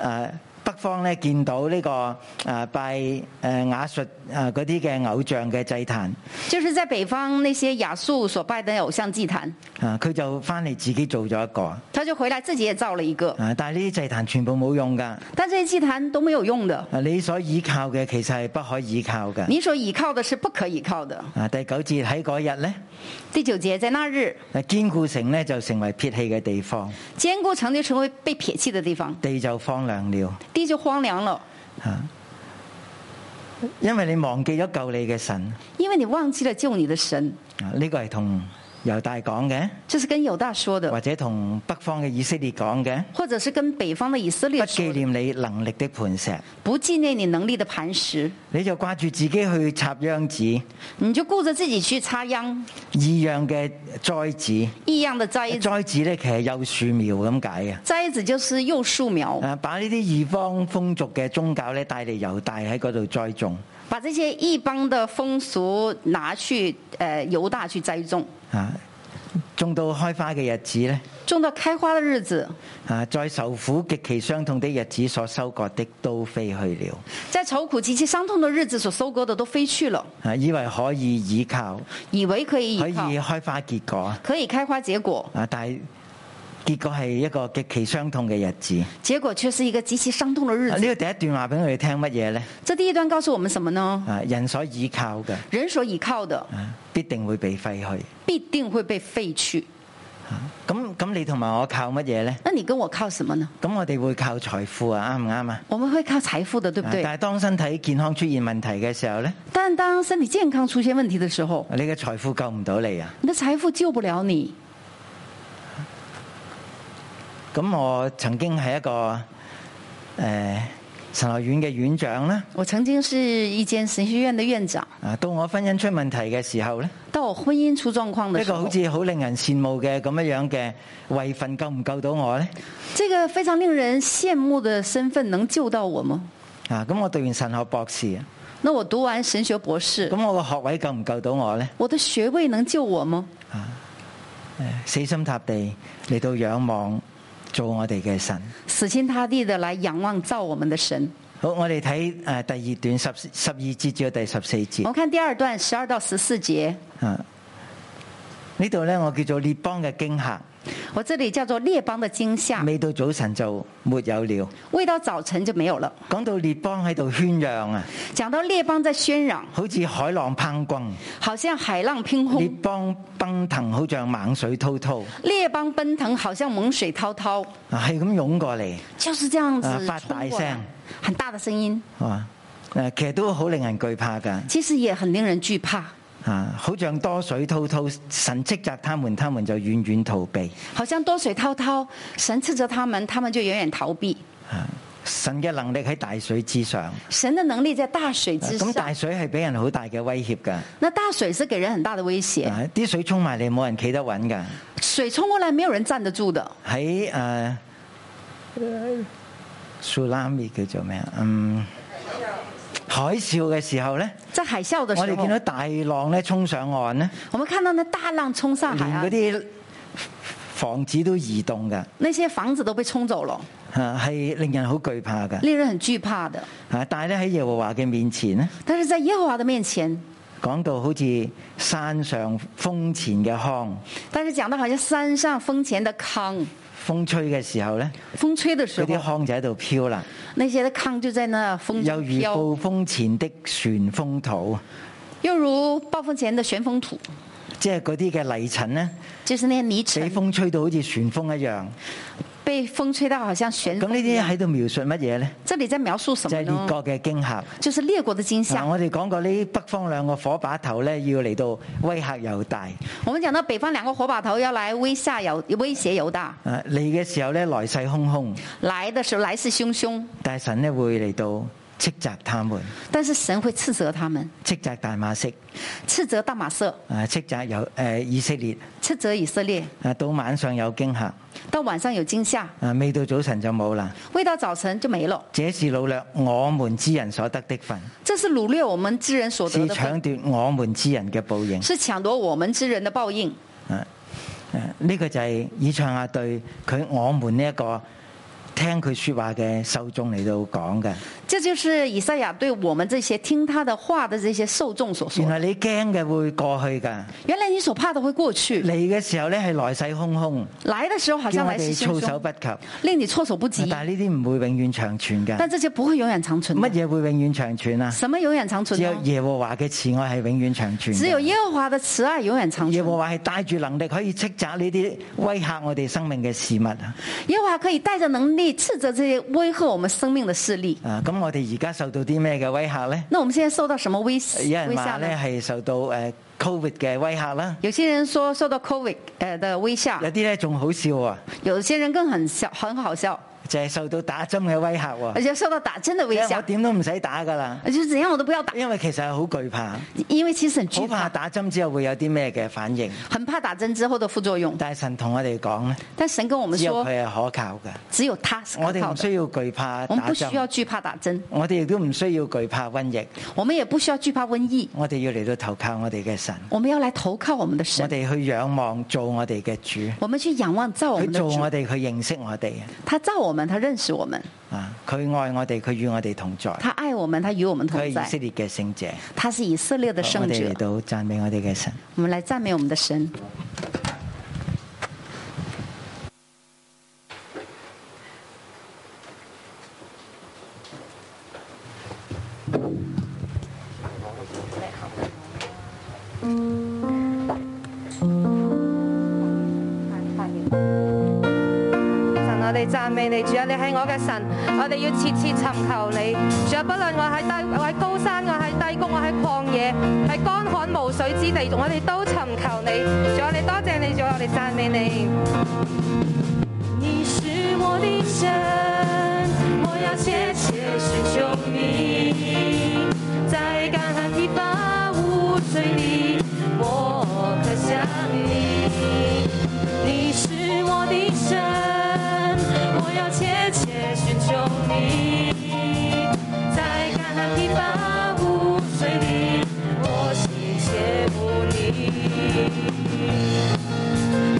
Speaker 2: 誒北方咧見到呢、個誒拜呃誒雅術誒啊嗰啲嘅偶像嘅祭壇，
Speaker 3: 就是在北方那些亚述所拜的偶像祭坛。
Speaker 2: 啊佢就翻嚟自己做咗一個，
Speaker 3: 他就回来自己也造了一个，
Speaker 2: 啊但係呢啲祭壇全部冇用㗎，
Speaker 3: 但这些祭坛都没有用的。
Speaker 2: 啊你所倚靠嘅其實係不可倚靠嘅。
Speaker 3: 你所倚靠的是不可倚靠的。
Speaker 2: 啊第九節喺嗰日咧，
Speaker 3: 第九节，在那日，
Speaker 2: 啊堅固城咧就成為撇棄嘅地方，
Speaker 3: 坚固城就成为被撇弃的地方，
Speaker 2: 地就荒涼了，
Speaker 3: 地就荒凉了，
Speaker 2: 啊因為你忘記咗救你嘅神，
Speaker 3: 因为你忘记了救你的神。
Speaker 2: 啊呢、個係同猶大講嘅，
Speaker 3: 这是跟犹大说
Speaker 2: 或
Speaker 3: 的，
Speaker 2: 者同北方嘅以色列講嘅。
Speaker 3: 或者是跟北方的以色
Speaker 2: 不
Speaker 3: 列
Speaker 2: 紀
Speaker 3: 说的，
Speaker 2: 念你能力的磐石，
Speaker 3: 不纪念你能力的磐石，
Speaker 2: 你就掛住自己去插秧子、
Speaker 3: 你就顾着自己去插秧，
Speaker 2: 異樣嘅栽子。
Speaker 3: 异样的栽
Speaker 2: 栽子咧其實幼樹苗咁解嘅。
Speaker 3: 栽子就是幼树苗，
Speaker 2: 啊，把呢啲異方風俗嘅宗教咧帶嚟猶大喺嗰度栽種。
Speaker 3: 把这些异邦的风俗拿去呃犹大去栽种，
Speaker 2: 啊，種到開花嘅日子呢，
Speaker 3: 种到开花的日子，
Speaker 2: 啊，在受苦極其傷痛的日子所收割的都飛去了，
Speaker 3: 在愁苦极其伤痛的日子所收割的都飞去了，
Speaker 2: 啊，以為可以倚靠，
Speaker 3: 以为可以
Speaker 2: 可
Speaker 3: 倚
Speaker 2: 以
Speaker 3: 靠，
Speaker 2: 開花結果，
Speaker 3: 可以开花结果，
Speaker 2: 啊，但係結果係一個極其傷痛嘅日子。
Speaker 3: 结果却是一个极其伤痛的日
Speaker 2: 啊呢、
Speaker 3: 子。
Speaker 2: 個第一段話俾我哋聽乜嘢呢？
Speaker 3: 这第一段告诉我们什么呢？
Speaker 2: 啊，人所倚靠嘅、
Speaker 3: 人所倚靠的
Speaker 2: 啊，必定會被廢去。
Speaker 3: 必定会被废去。
Speaker 2: 咁咁，你同埋我靠乜嘢呢？
Speaker 3: 那你跟我靠什么呢？
Speaker 2: 咁我哋會靠財富啊，啱唔啱啊？
Speaker 3: 我们会靠财富的，对不
Speaker 2: 啊
Speaker 3: 对？
Speaker 2: 但係當身體健康出現問題嘅時候呢，
Speaker 3: 但当身体健康出现问题的时候，
Speaker 2: 你嘅財富救唔到你啊！
Speaker 3: 你的财富救不了你。
Speaker 2: 咁我曾經係一個誒、呃神學院嘅院長啦。
Speaker 3: 我曾经是一间神学院的院长，
Speaker 2: 啊，到我婚姻出問題嘅時候呢，
Speaker 3: 到我婚姻出状况的
Speaker 2: 一
Speaker 3: 时
Speaker 2: 個
Speaker 3: 候
Speaker 2: 好，似好令人羨慕嘅咁樣樣嘅位份，夠唔夠到我呢？
Speaker 3: 这个非常令人羡慕的身份能救到我吗？
Speaker 2: 啊，咁我讀完神學博士，咁
Speaker 3: 那我讀完神学博士，
Speaker 2: 我個學位夠唔夠到我呢？
Speaker 3: 我的学位能救我吗？
Speaker 2: 死心塌地嚟到仰望做我哋嘅神。
Speaker 3: 死心塌地的来仰望造我们的神。
Speaker 2: 好，我哋睇誒第二段十十二節至到第十四節
Speaker 3: 我。们看第二段十二到十四节，
Speaker 2: 啊，呢度呢，我叫做列邦嘅驚嚇，
Speaker 3: 我这里叫做列邦的惊吓，
Speaker 2: 未到早晨就沒有了。
Speaker 3: 未到早晨就没有了。
Speaker 2: 講到列邦喺度圈嚷啊，
Speaker 3: 讲到列邦在喧嚷，
Speaker 2: 好似海浪噴轟，
Speaker 3: 好像海浪拼
Speaker 2: 列
Speaker 3: 轟，
Speaker 2: 邦奔騰，好像猛水滔滔，
Speaker 3: 列邦奔腾，好像猛水滔滔，
Speaker 2: 啊係咁湧過嚟，
Speaker 3: 就是这样子
Speaker 2: 啊发
Speaker 3: 冲
Speaker 2: 大
Speaker 3: 过来
Speaker 2: 声，
Speaker 3: 很大的声音，
Speaker 2: 啊，誒其實都好令人懼怕㗎，
Speaker 3: 其实也很令人惧怕，
Speaker 2: 啊，好像多水滔滔，神斥責他們，他們就遠遠逃避。
Speaker 3: 好像多水滔滔，神斥责他们，他们就远远逃避。
Speaker 2: 啊神嘅能力喺大水之上，
Speaker 3: 神的能力在大水之
Speaker 2: 咁啊大
Speaker 3: 上，
Speaker 2: 水係俾人好大嘅威脅㗎，
Speaker 3: 那大水是给人很大的威胁，
Speaker 2: 啊啲水沖埋嚟冇人企得穩㗎。
Speaker 3: 水冲过来没有人站得住的。
Speaker 2: 喺誒 tsunami 叫做咩啊？嗯，海嘯嘅時候咧，
Speaker 3: 在海啸的
Speaker 2: 我
Speaker 3: 时
Speaker 2: 哋
Speaker 3: 候
Speaker 2: 見，到大浪咧衝上岸咧，
Speaker 3: 我们看到那大浪冲上海啊
Speaker 2: 連嗰
Speaker 3: 岸，
Speaker 2: 啲房子都移動㗎，
Speaker 3: 那些房子都被冲走了，
Speaker 2: 啊係令人好懼怕㗎。
Speaker 3: 令人很惧怕的。
Speaker 2: 啊，但係咧喺耶和華嘅面前咧，
Speaker 3: 但是在耶和华的面前，
Speaker 2: 講到好似山上風前嘅糠，
Speaker 3: 但是讲的好像山上风前的糠，
Speaker 2: 風吹嘅時候咧，
Speaker 3: 风吹嗯的时
Speaker 2: 嗰啲
Speaker 3: 候，
Speaker 2: 糠就喺度飄啦，
Speaker 3: 那些的糠就在那风
Speaker 2: 又
Speaker 3: 中
Speaker 2: 如
Speaker 3: 飘，
Speaker 2: 暴風前的旋風土，
Speaker 3: 又如暴风前的旋风土，
Speaker 2: 即係嗰啲嘅泥塵咧。
Speaker 3: 就是那些泥
Speaker 2: 俾
Speaker 3: 尘
Speaker 2: 風吹到好似旋風一樣，
Speaker 3: 被风吹到好像旋
Speaker 2: 咁呢
Speaker 3: 风一
Speaker 2: 啲
Speaker 3: 样。
Speaker 2: 喺度描述乜嘢呢？
Speaker 3: 这里在描述什
Speaker 2: 就
Speaker 3: 么
Speaker 2: 係列啊
Speaker 3: 呢？
Speaker 2: 國嘅驚嚇。
Speaker 3: 就是列国的啊惊吓
Speaker 2: 嗱，。我哋講過呢北方兩個火把頭呢，要嚟到威嚇猶大。
Speaker 3: 我们讲到北方两个火把头要来威吓犹威胁犹大，
Speaker 2: 啊，嚟嘅時候呢，來勢洶洶，
Speaker 3: 来的时候来势汹汹，
Speaker 2: 但係神呢會嚟到斥責他們，
Speaker 3: 但是神会斥责他们，
Speaker 2: 斥責大馬色，
Speaker 3: 斥责大马色，
Speaker 2: 啊，斥責猶誒、呃以色列。
Speaker 3: 斥责以色列。
Speaker 2: 啊，到晚上有驚嚇，
Speaker 3: 到晚上有惊吓，
Speaker 2: 啊，未到早晨就冇啦。
Speaker 3: 未到早晨就没了。
Speaker 2: 這是擄掠我們之人所得的份，
Speaker 3: 这是掳掠我们之人所
Speaker 2: 是
Speaker 3: 得的
Speaker 2: 搶
Speaker 3: 分
Speaker 2: 奪我們之人嘅報應。
Speaker 3: 是抢夺我们之人的报应。
Speaker 2: 啊啊呢個就係以賽亞對佢我們呢一個聽佢说話嘅受眾嚟到講嘅。
Speaker 3: 这就是以赛亚对我们这些听他的话的这些受众所说
Speaker 2: 原
Speaker 3: 的。
Speaker 2: 來你驚嘅會過去㗎，
Speaker 3: 原来你所怕的会过去
Speaker 2: 嚟，嘅時候呢係來勢洶洶，
Speaker 3: 来的时候好
Speaker 2: 叫
Speaker 3: 像
Speaker 2: 我
Speaker 3: 来势
Speaker 2: 哋
Speaker 3: 汹
Speaker 2: 措手
Speaker 3: 汹，
Speaker 2: 不及。啊
Speaker 3: 令你措手不及。
Speaker 2: 但係呢啲唔會永遠長存
Speaker 3: 但
Speaker 2: 㗎。
Speaker 3: 这些不会永远长存的。
Speaker 2: 乜嘢會永遠長存啊？
Speaker 3: 什么永远长存
Speaker 2: 只有
Speaker 3: 呢？
Speaker 2: 耶和華嘅慈愛係永遠長存㗎。
Speaker 3: 只有耶和华的慈爱永远长
Speaker 2: 耶和
Speaker 3: 存。
Speaker 2: 華係帶住能力可以斥責呢啲威嚇我哋生命嘅事物啊！
Speaker 3: 耶和华可以带着能力斥责这些威吓我们生命的势力。
Speaker 2: 啊，咁我哋而家受到啲咩嘅威嚇呢？
Speaker 3: 那我们现在受到什么威
Speaker 2: 有人
Speaker 3: 威
Speaker 2: 話
Speaker 3: 吓
Speaker 2: 呃呢
Speaker 3: 呢？
Speaker 2: 係受到誒 Covid 嘅威嚇啦。
Speaker 3: 有些人说受到 COVID 呃的威吓
Speaker 2: 有，啲咧仲好笑啊！
Speaker 3: 有些人更很笑，很好笑。
Speaker 2: 就係受到打針嘅威嚇
Speaker 3: 而
Speaker 2: 喎。
Speaker 3: 且受到打针的威
Speaker 2: 因為我
Speaker 3: 吓，
Speaker 2: 點都唔使打㗎啦，
Speaker 3: 就是怎样我都不要打，
Speaker 2: 因為其實係好懼怕，
Speaker 3: 因为其实很惧
Speaker 2: 好怕
Speaker 3: 怕，
Speaker 2: 打針之後會有啲咩嘅反應。
Speaker 3: 很怕打针之后的副作用。
Speaker 2: 但係神同我哋講咧，
Speaker 3: 但神跟我们
Speaker 2: 只有
Speaker 3: 说，
Speaker 2: 佢係可靠嘅，
Speaker 3: 只有他是可
Speaker 2: 我哋
Speaker 3: 靠
Speaker 2: 唔
Speaker 3: 的，
Speaker 2: 需要懼怕
Speaker 3: 我们
Speaker 2: 打
Speaker 3: 不需
Speaker 2: 針，
Speaker 3: 要惧怕打针，
Speaker 2: 我哋亦都唔需要懼怕瘟疫，
Speaker 3: 我们也不需要惧怕瘟疫，
Speaker 2: 我哋要嚟到投靠我哋嘅神，
Speaker 3: 我们要来投靠我们的
Speaker 2: 我
Speaker 3: 神，
Speaker 2: 哋去仰望做我哋嘅主，
Speaker 3: 我们去仰望造我
Speaker 2: 佢
Speaker 3: 们的
Speaker 2: 做我
Speaker 3: 主，
Speaker 2: 哋，佢認識我哋
Speaker 3: 他造我们，他认识我们，
Speaker 2: 啊，佢愛我哋，佢與我哋同在，
Speaker 3: 他爱我们，他与我们
Speaker 2: 佢
Speaker 3: 同
Speaker 2: 係以
Speaker 3: 在
Speaker 2: 色，列嘅聖者，
Speaker 3: 他是以色列的
Speaker 2: 我
Speaker 3: 圣
Speaker 2: 哋
Speaker 3: 者
Speaker 2: 嚟。到讚美我哋嘅神。
Speaker 3: 我们来赞美我们的神。
Speaker 4: 神，我哋讚美你，主啊，你係我嘅神，我哋要切切尋求你。主啊，不論我喺低，我喺高山，我喺低谷，我喺曠野，喺乾旱無水之地，我哋都尋求你。主啊，你多謝你，主啊，我哋讚美你。你是我的神，我要切切寻求你，在干旱的发无水里，我可想你。你是我的神，我要切切寻求你，在干旱的发无水里，我心切慕你。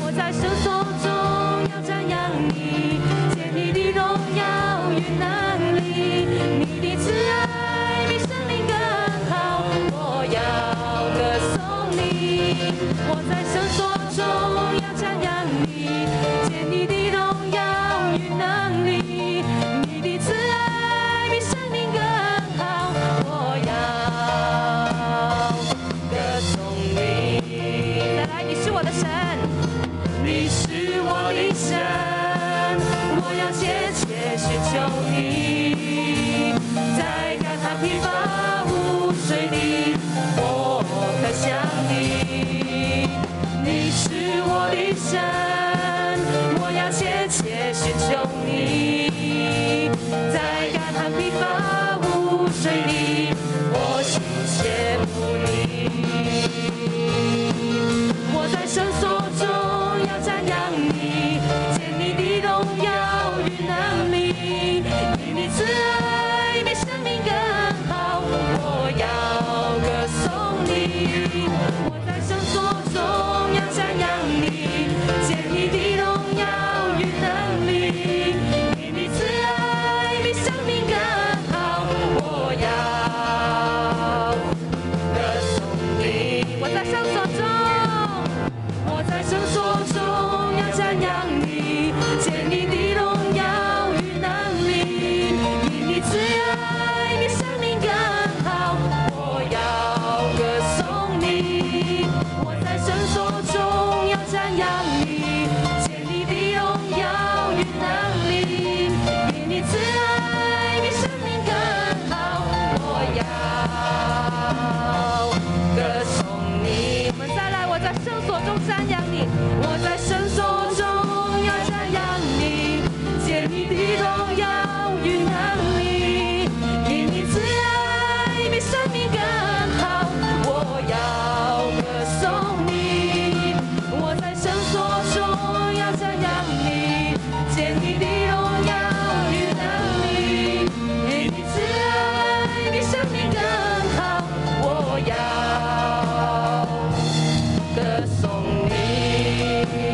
Speaker 4: 我在圣所中要赞扬你，见你的荣耀与能力，你的慈爱比生命更好，我要歌颂你。我在圣所中要赞扬你，见你的荣耀与能力，你的慈爱比生命更好，我要歌颂你。再来，你是我的神。你是我的神，我要切切寻求你，在干旱疲乏无水里，我可想你。你是我的神，我要切切寻求你，在干旱疲乏无水里，我心切慕你。我在圣所中要赞扬你，见你的荣耀与能力，因你慈爱比生命更好，我要歌颂你。我在圣所中要赞扬你，见你的荣耀与能力，因你慈爱比生命更好，我要歌颂你。我在圣所中。我在圣所中要赞扬你，见你的荣耀与能力，因你慈爱比生命更好，我要歌颂你。我在圣所中要赞扬你，见你的荣耀与能力，因你慈爱比生命更好，我要歌颂你。我们再来，我在圣所中赞扬你，我在圣所中要赞扬你，见你的荣耀与能力，因你慈爱比生命更好，我要歌颂你。我在圣所中要赞扬你，见你的荣耀与能力，因你慈爱比生命更好，我要。歌颂你。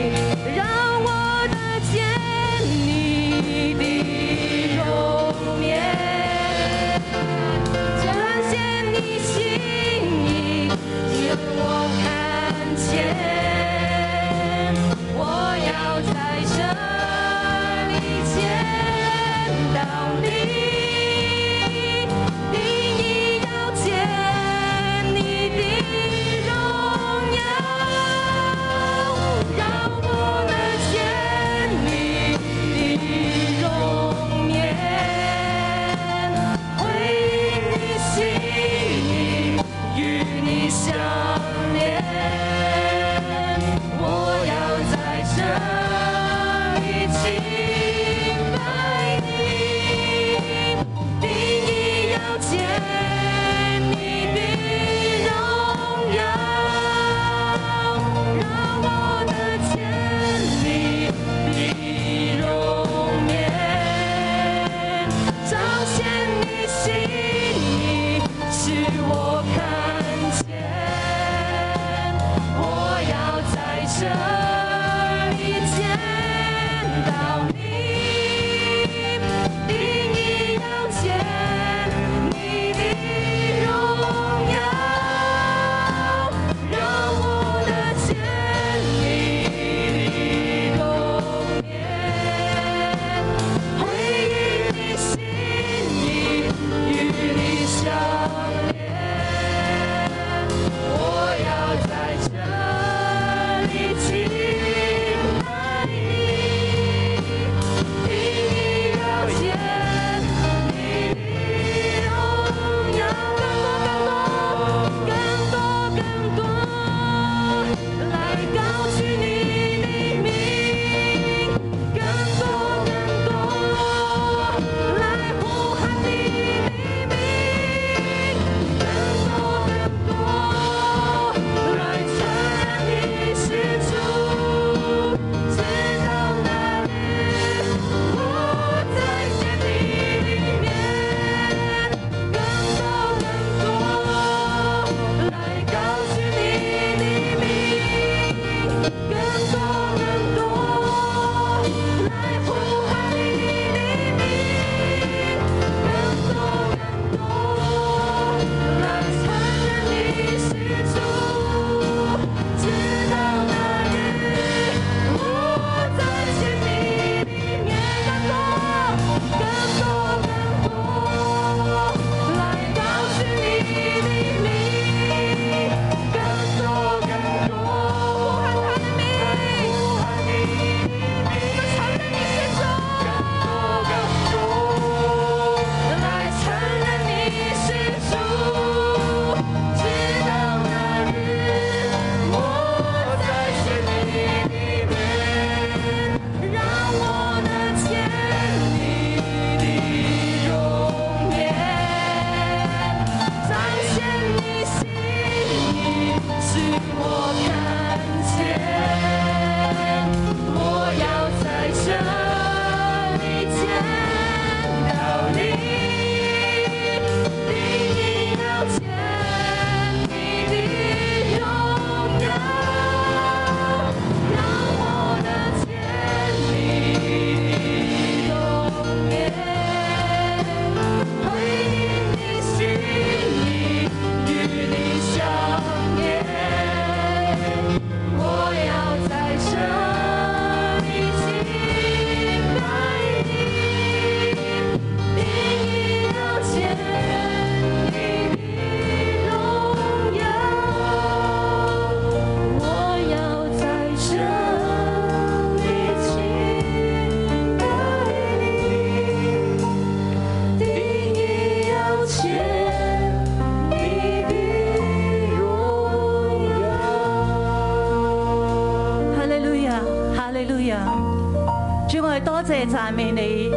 Speaker 5: 主，我哋多謝讚美你，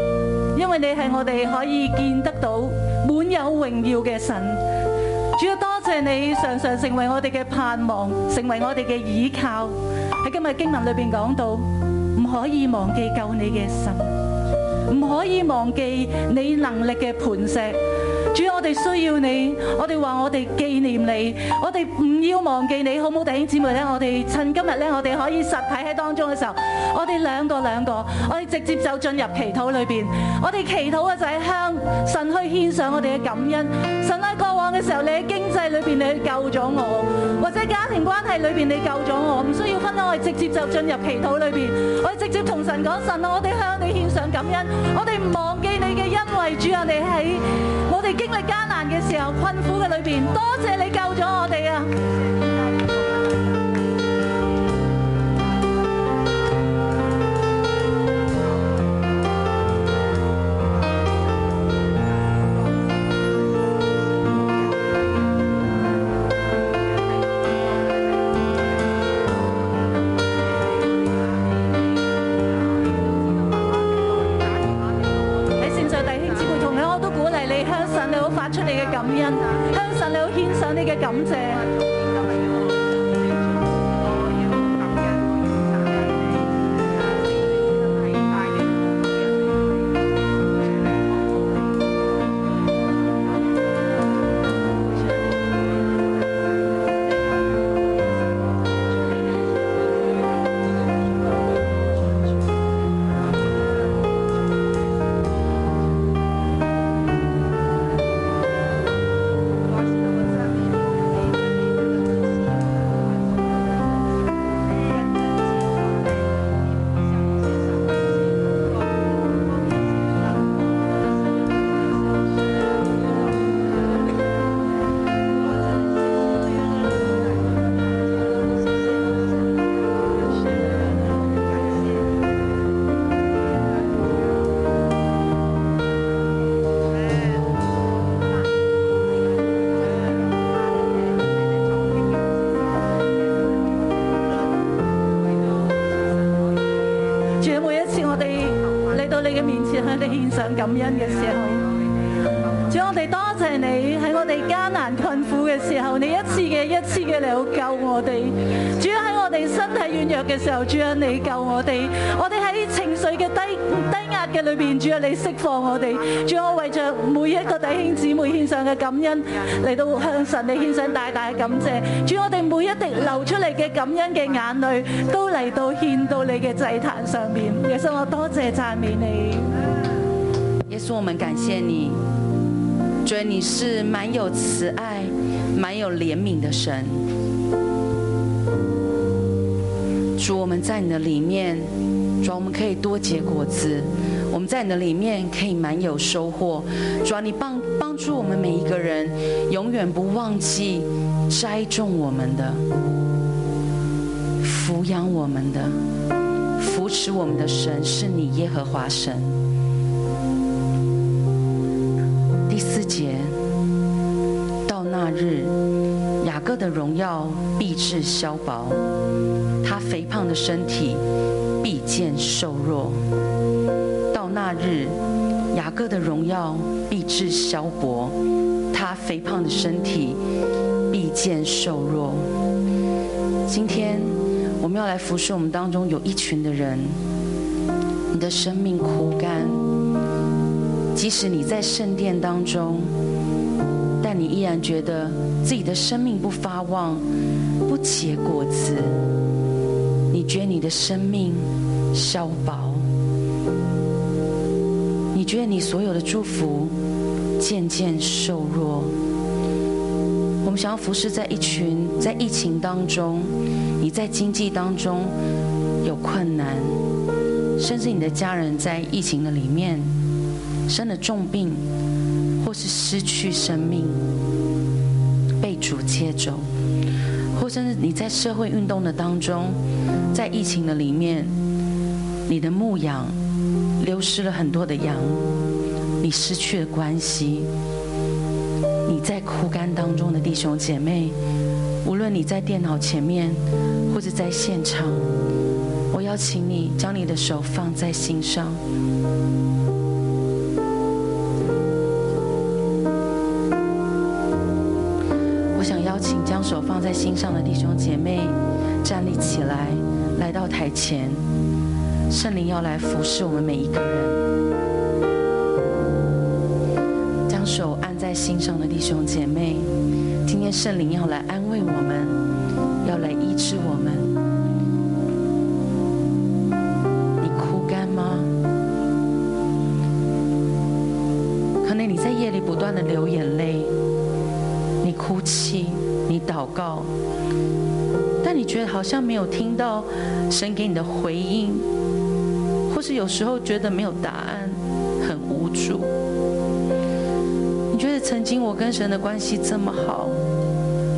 Speaker 5: 因為你係我哋可以見得到滿有榮耀嘅神。主啊，多謝你常常成為我哋嘅盼望，成為我哋嘅倚靠。喺今日經文裏面講到，唔可以忘記救你嘅神，唔可以忘記你能力嘅磐石。主啊，我哋需要你，我哋話我哋紀念你，我哋唔要忘記你，好唔好？弟兄姊妹咧，我哋趁今日咧，我哋可以實體喺當中嘅時候，我哋兩個兩個，我哋直接就進入祈禱裏邊。我哋祈禱嘅就係向神去獻上我哋嘅感恩。神啊喺過往嘅時候，你喺經濟裏邊你去救咗我，或者家庭關係裏邊你救咗我，唔需要分開，我哋直接就進入祈禱裏邊，我哋直接同神講：神啊，我哋向你獻上感恩，我哋唔忘記你嘅恩惠，主啊，你喺我哋經歷艱難嘅時候、困苦嘅裏邊，多謝你救咗我哋啊！喺線上弟兄姊妹同你，我都鼓勵你向神你好發出你嘅感恩，向神你好獻上你嘅感謝。主啊，每一次我哋嚟到你嘅面前，向你獻上感恩嘅時候，主啊，我哋多謝你喺我哋艱難困苦嘅時候，你一次嘅一次嘅嚟到救我哋。主啊，喺我哋身體軟弱嘅時候，主啊，你救我哋。我哋喺情緒嘅低低壓嘅裏邊，主啊，你釋放我哋。主啊，我為着每一個弟兄姊妹獻上嘅感恩，嚟到向神你獻上大大嘅感謝。主啊，我哋每一滴流出嚟嘅感恩嘅眼淚，都嚟到獻到你嘅祭壇上面。耶穌，我多謝讚美你。
Speaker 6: 耶稣，我们感谢你，主，你是满有慈爱、满有怜悯的神。主，我们在你的里面，主啊，我们可以多结果子；我们在你的里面可以满有收获。主啊，你帮帮助我们每一个人，永远不忘记栽种我们的、抚养我们的、扶持我们的神是你耶和华神。第四节，到那日，雅各的荣耀必至消薄，他肥胖的身体必见瘦弱。到那日，雅各的荣耀必至消薄，他肥胖的身体必见瘦弱。今天我们要来服侍我们当中有一群的人，你的生命枯干。即使你在圣殿当中，但你依然觉得自己的生命不发旺，不结果子。你觉得你的生命消薄，你觉得你所有的祝福渐渐瘦弱。我们想要服侍在一群在疫情当中，你在经济当中有困难，甚至你的家人在疫情的里面生了重病，或是失去生命，被主接走，或甚至你在社会运动的当中，在疫情的里面，你的牧羊流失了很多的羊，你失去了关系，你在枯干当中的弟兄姐妹，无论你在电脑前面，或者在现场，我邀请你将你的手放在心上，我想邀请将手放在心上的弟兄姐妹站立起来，来到台前。圣灵要来服侍我们每一个人。将手按在心上的弟兄姐妹，今天圣灵要来安慰我们，要来医治我们。你哭干吗？可能你在夜里不断的流眼泪，你哭泣，你祷告，但你觉得好像没有听到神给你的回应，或是有时候觉得没有答案，很无助。你觉得曾经我跟神的关系这么好，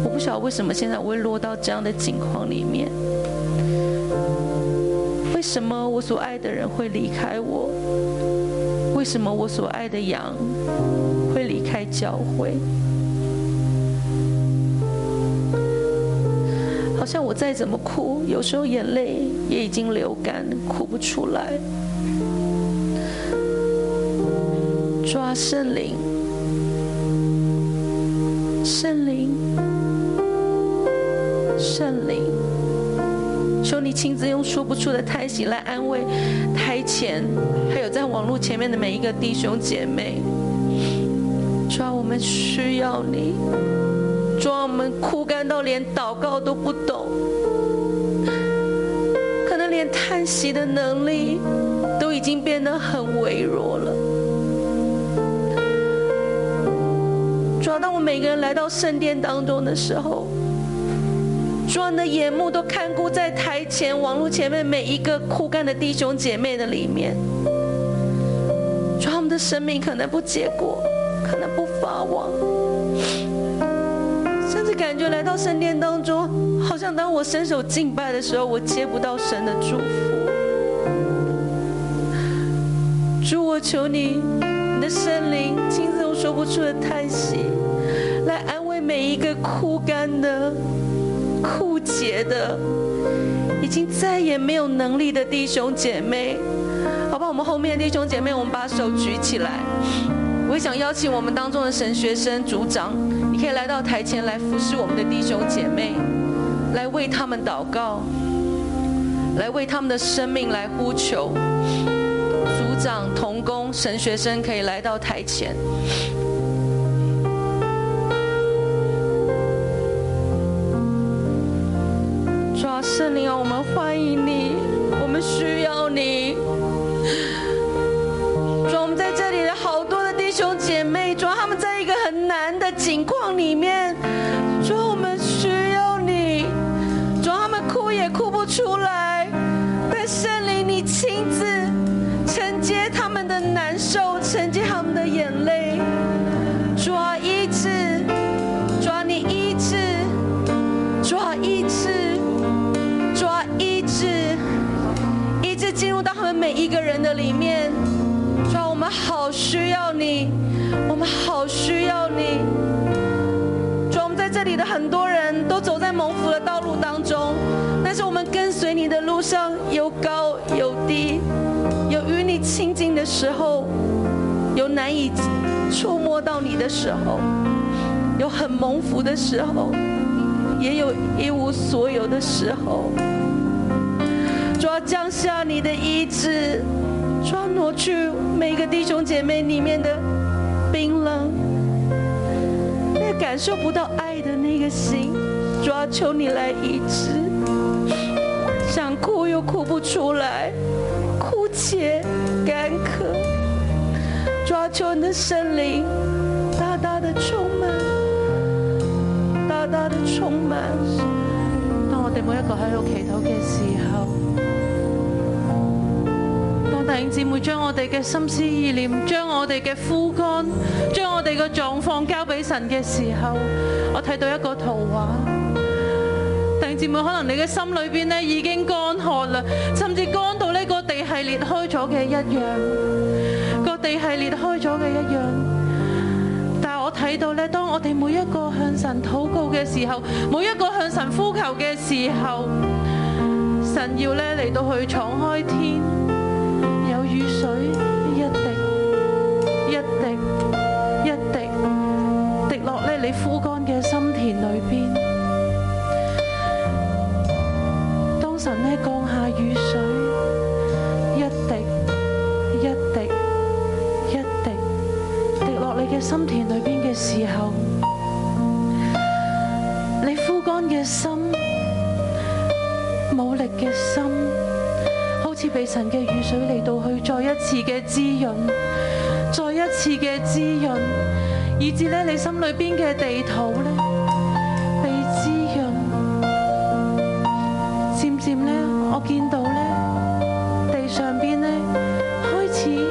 Speaker 6: 我不晓得为什么现在我会落到这样的境况里面。为什么我所爱的人会离开我？为什么我所爱的羊会离开教会？好像我再怎么哭，有时候眼泪也已经流干，哭不出来。抓圣灵，圣灵，圣灵。求你亲自用说不出的叹息来安慰台前，还有在网络前面的每一个弟兄姐妹。主啊，我们需要你。主啊，我们枯干到连祷告都不懂，可能连叹息的能力都已经变得很微弱了。主啊，当我们每个人来到圣殿当中的时候，主啊，你的眼目都看顾在台前、网络前面每一个枯干的弟兄姐妹的里面。主啊，我们的生命可能不结果，可能不发旺，甚至感觉来到圣殿当中，好像当我伸手敬拜的时候，我接不到神的祝福。主，我求你，你的圣灵亲自用说不出的叹息，来安慰每一个枯干的、枯竭的、已经再也没有能力的弟兄姐妹。好吧，我们后面的弟兄姐妹，我们把手举起来。我也想邀请我们当中的神学生组长，你可以来到台前来服侍我们的弟兄姐妹，来为他们祷告，来为他们的生命来呼求。组长、童工、神学生可以来到台前。主啊，圣灵啊，我们欢迎你，我们需要你。主啊，我们在这里的好多的弟兄姐妹，主啊，他们在一个很难的境况里面，主啊，我们需要你。主啊，他们哭也哭不出来，但圣灵，你亲自承接他们的难受，承接他们的眼泪。主啊，医治，主啊，你医治，主啊，医治。主啊，医治，医治进入到他们每一个人的里面。主啊，我们好需要你，我们好需要你。主啊，我们在这里的很多人都走在蒙福的道路当中，但是我们跟随你的路上有高有低，有与你亲近的时候，有难以触摸到你的时候，有很蒙福的时候。也有一无所有的时候。主要降下你的医治，主要挪去每个弟兄姐妹里面的冰冷，那个感受不到爱的那个心，主要求你来医治。想哭又哭不出来，枯竭干渴，主要求你的圣灵大大的充满。大大的充满。
Speaker 7: 當我哋每一個喺度祈禱嘅時候，當弟兄姊妹將我哋嘅心思意念、將我哋嘅枯乾、將我哋嘅狀況交俾神嘅時候，我睇到一個圖畫。弟兄姊妹，可能你嘅心裏邊咧已經乾渴啦，甚至乾到呢個地係裂開咗嘅一樣，個地係裂開咗嘅一樣。但係我睇到咧，當我哋每一個向神禱告嘅時候，每一個向神呼求嘅時候，
Speaker 6: 神要咧嚟到去敞開天，有雨水一滴一滴一滴滴落咧你枯乾嘅心田裏邊。當神咧降下雨水，一滴一滴一滴滴落你嘅心田裏邊嘅時候，你枯乾嘅心。冇力嘅心，好似被神嘅雨水嚟到去再一次嘅滋潤，再一次嘅滋潤，以至咧你心裏邊嘅地土咧被滋潤，漸漸咧我見到咧地上邊咧開始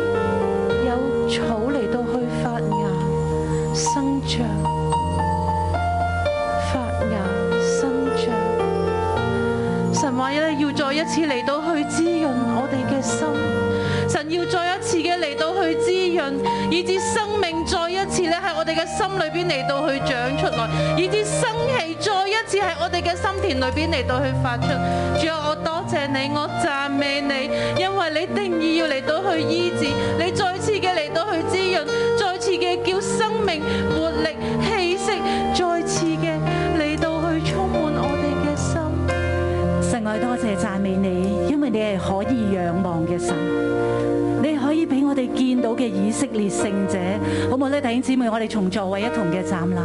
Speaker 6: 有草嚟到去發芽生長，發芽生長。神話咧要再一次嚟到去滋潤我哋嘅心，神要再一次嘅嚟到去滋潤，以至生命再一次咧喺我哋嘅心裏邊嚟到去長出來，以至生氣再一次喺我哋嘅心田裏邊嚟到去發出。主啊，我多謝你，我讚美你，因為你定義要嚟到去醫治，你再次嘅嚟到去滋潤，再次嘅叫生命活力氣息，再次嘅嚟到去充滿我哋嘅心。
Speaker 5: 神愛多謝讚美你，因為你係可以仰望嘅神，你可以俾我哋見到嘅以色列聖者，好唔好咧？弟兄姊妹，我哋從座位一同嘅站立，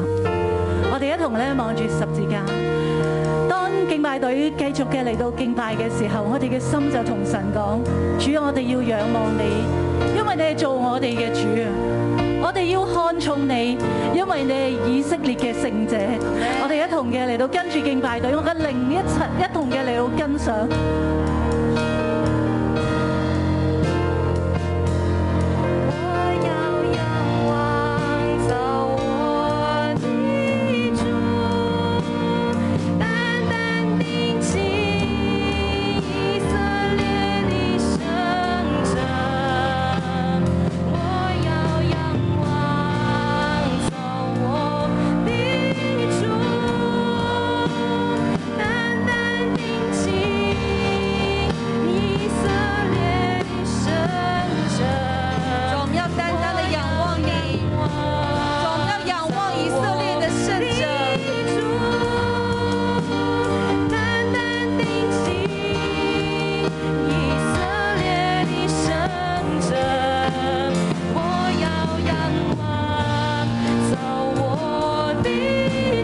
Speaker 5: 我哋一同咧望住十字架。當敬拜隊繼續嘅嚟到敬拜嘅時候，我哋嘅心就同神講：主，我哋要仰望你，因為你係做我哋嘅主啊！我哋要看重你，因為你係以色列嘅聖者。我哋一同嘅嚟到跟住敬拜隊，我嘅另一層一同嘅嚟到跟上。
Speaker 4: 我要仰望造我的主，单单定睛以色列的圣者。我要仰望造我的主，单单定睛以色列的圣者。
Speaker 8: 总要单单的仰望你，总要仰望以色列的圣者，
Speaker 4: 单单定睛以色列的圣者，我要仰望造我的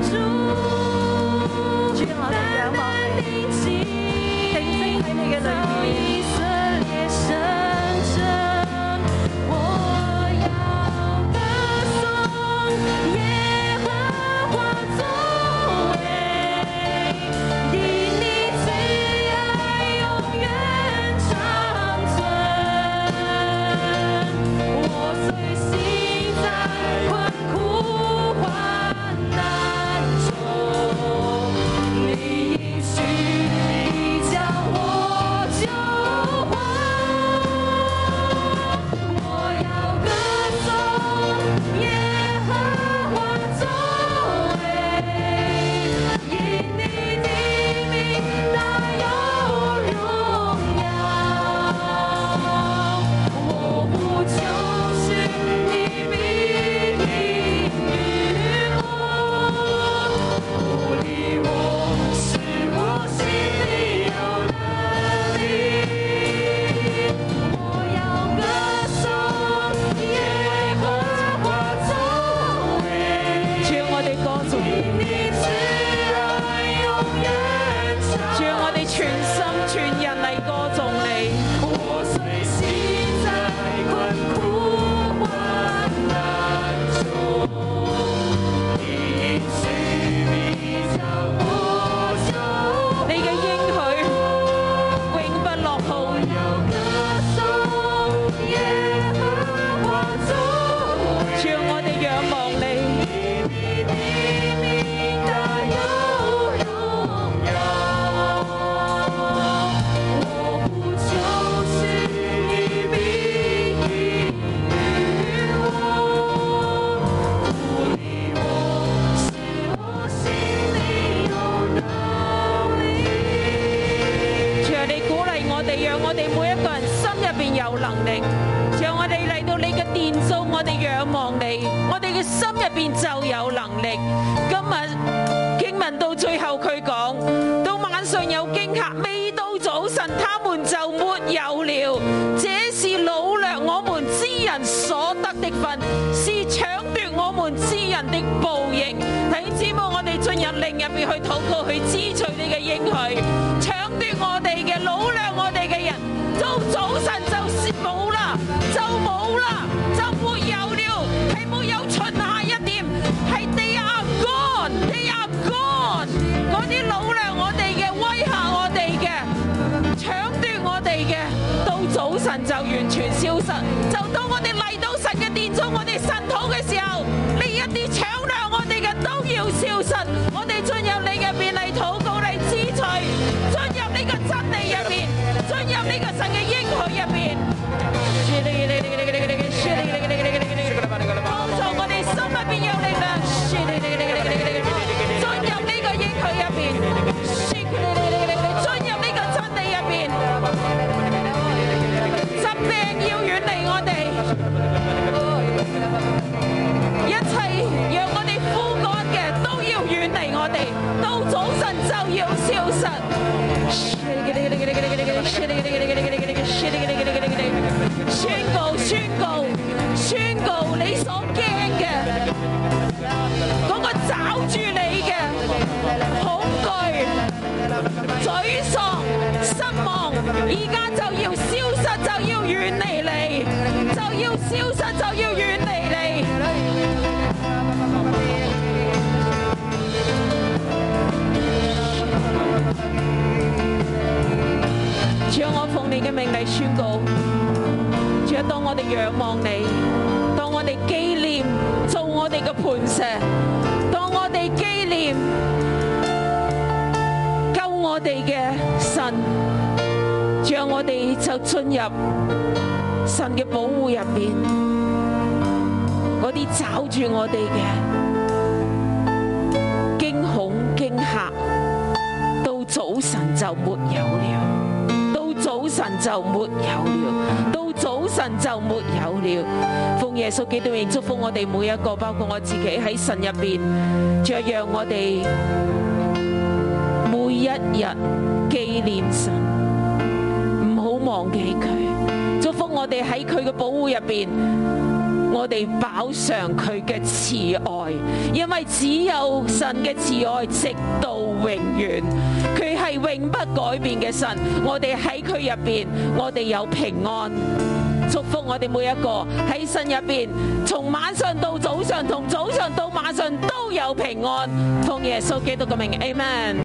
Speaker 4: 主。单单定睛造以色列圣者，我要歌颂耶和华作为。因你慈爱永远长存，我虽行在困苦患难中，你应许你将我救。有能力。让我哋嚟到你嘅殿中，我哋仰望你，我哋嘅心入边就有能力。今日经文到最后佢讲，到晚上有惊吓，未到早晨，他们就没有了。这是老娘我们之人所得的份，是抢夺我们之人的报应。弟兄姊妹，我哋进入另入边去祷告，去支取你嘅应许，抢夺我哋嘅老娘我哋嘅人。到早晨就是冇啦，就冇啦，就沒有了，係沒有循下一點，係 they are gone，they are gone，嗰啲老娘我哋嘅威嚇我哋嘅，搶奪我哋嘅，到早晨就完全消失，就當我哋嚟到神嘅殿中，我哋神土嘅時候，呢一啲搶掠我哋嘅都要消失，我哋進入你嘅便利禱告嚟支取，進入呢個真理入面。进入呢个神嘅应许入边。帮助我哋心入边有力量，进入呢个应许入边，进入呢个真理入边。疾病要远离我哋，一切让我哋枯干嘅都要远离我哋，到早晨就要消失。宣告宣告宣告你所驚嘅，嗰個找住你嘅恐懼、沮喪、失望，而家就要消失，就要遠離你，就要消失，就要遠離你。主啊，我奉你嘅命嚟宣告。主啊，当我哋仰望你，当我哋纪念做我哋嘅磐石，当我哋纪念救我哋嘅神，主啊，我哋就进入神嘅保护入边。嗰啲找住我哋嘅惊恐惊吓，到早晨就没有了。到早晨就没有了，到早晨就没有了。奉耶稣基督名祝福我哋每一个，包括我自己喺神入边，再让我哋每一日纪念神，唔好忘记佢。祝福我哋喺佢嘅保护入边。我哋饱尝佢嘅慈愛，因為只有神嘅慈愛直到永遠，佢係永不改變嘅神。我哋喺佢入邊，我哋有平安。祝福我哋每一個喺神入邊，從晚上到早上，同早上到晚上都有平安。奉耶穌基督嘅名，Amen。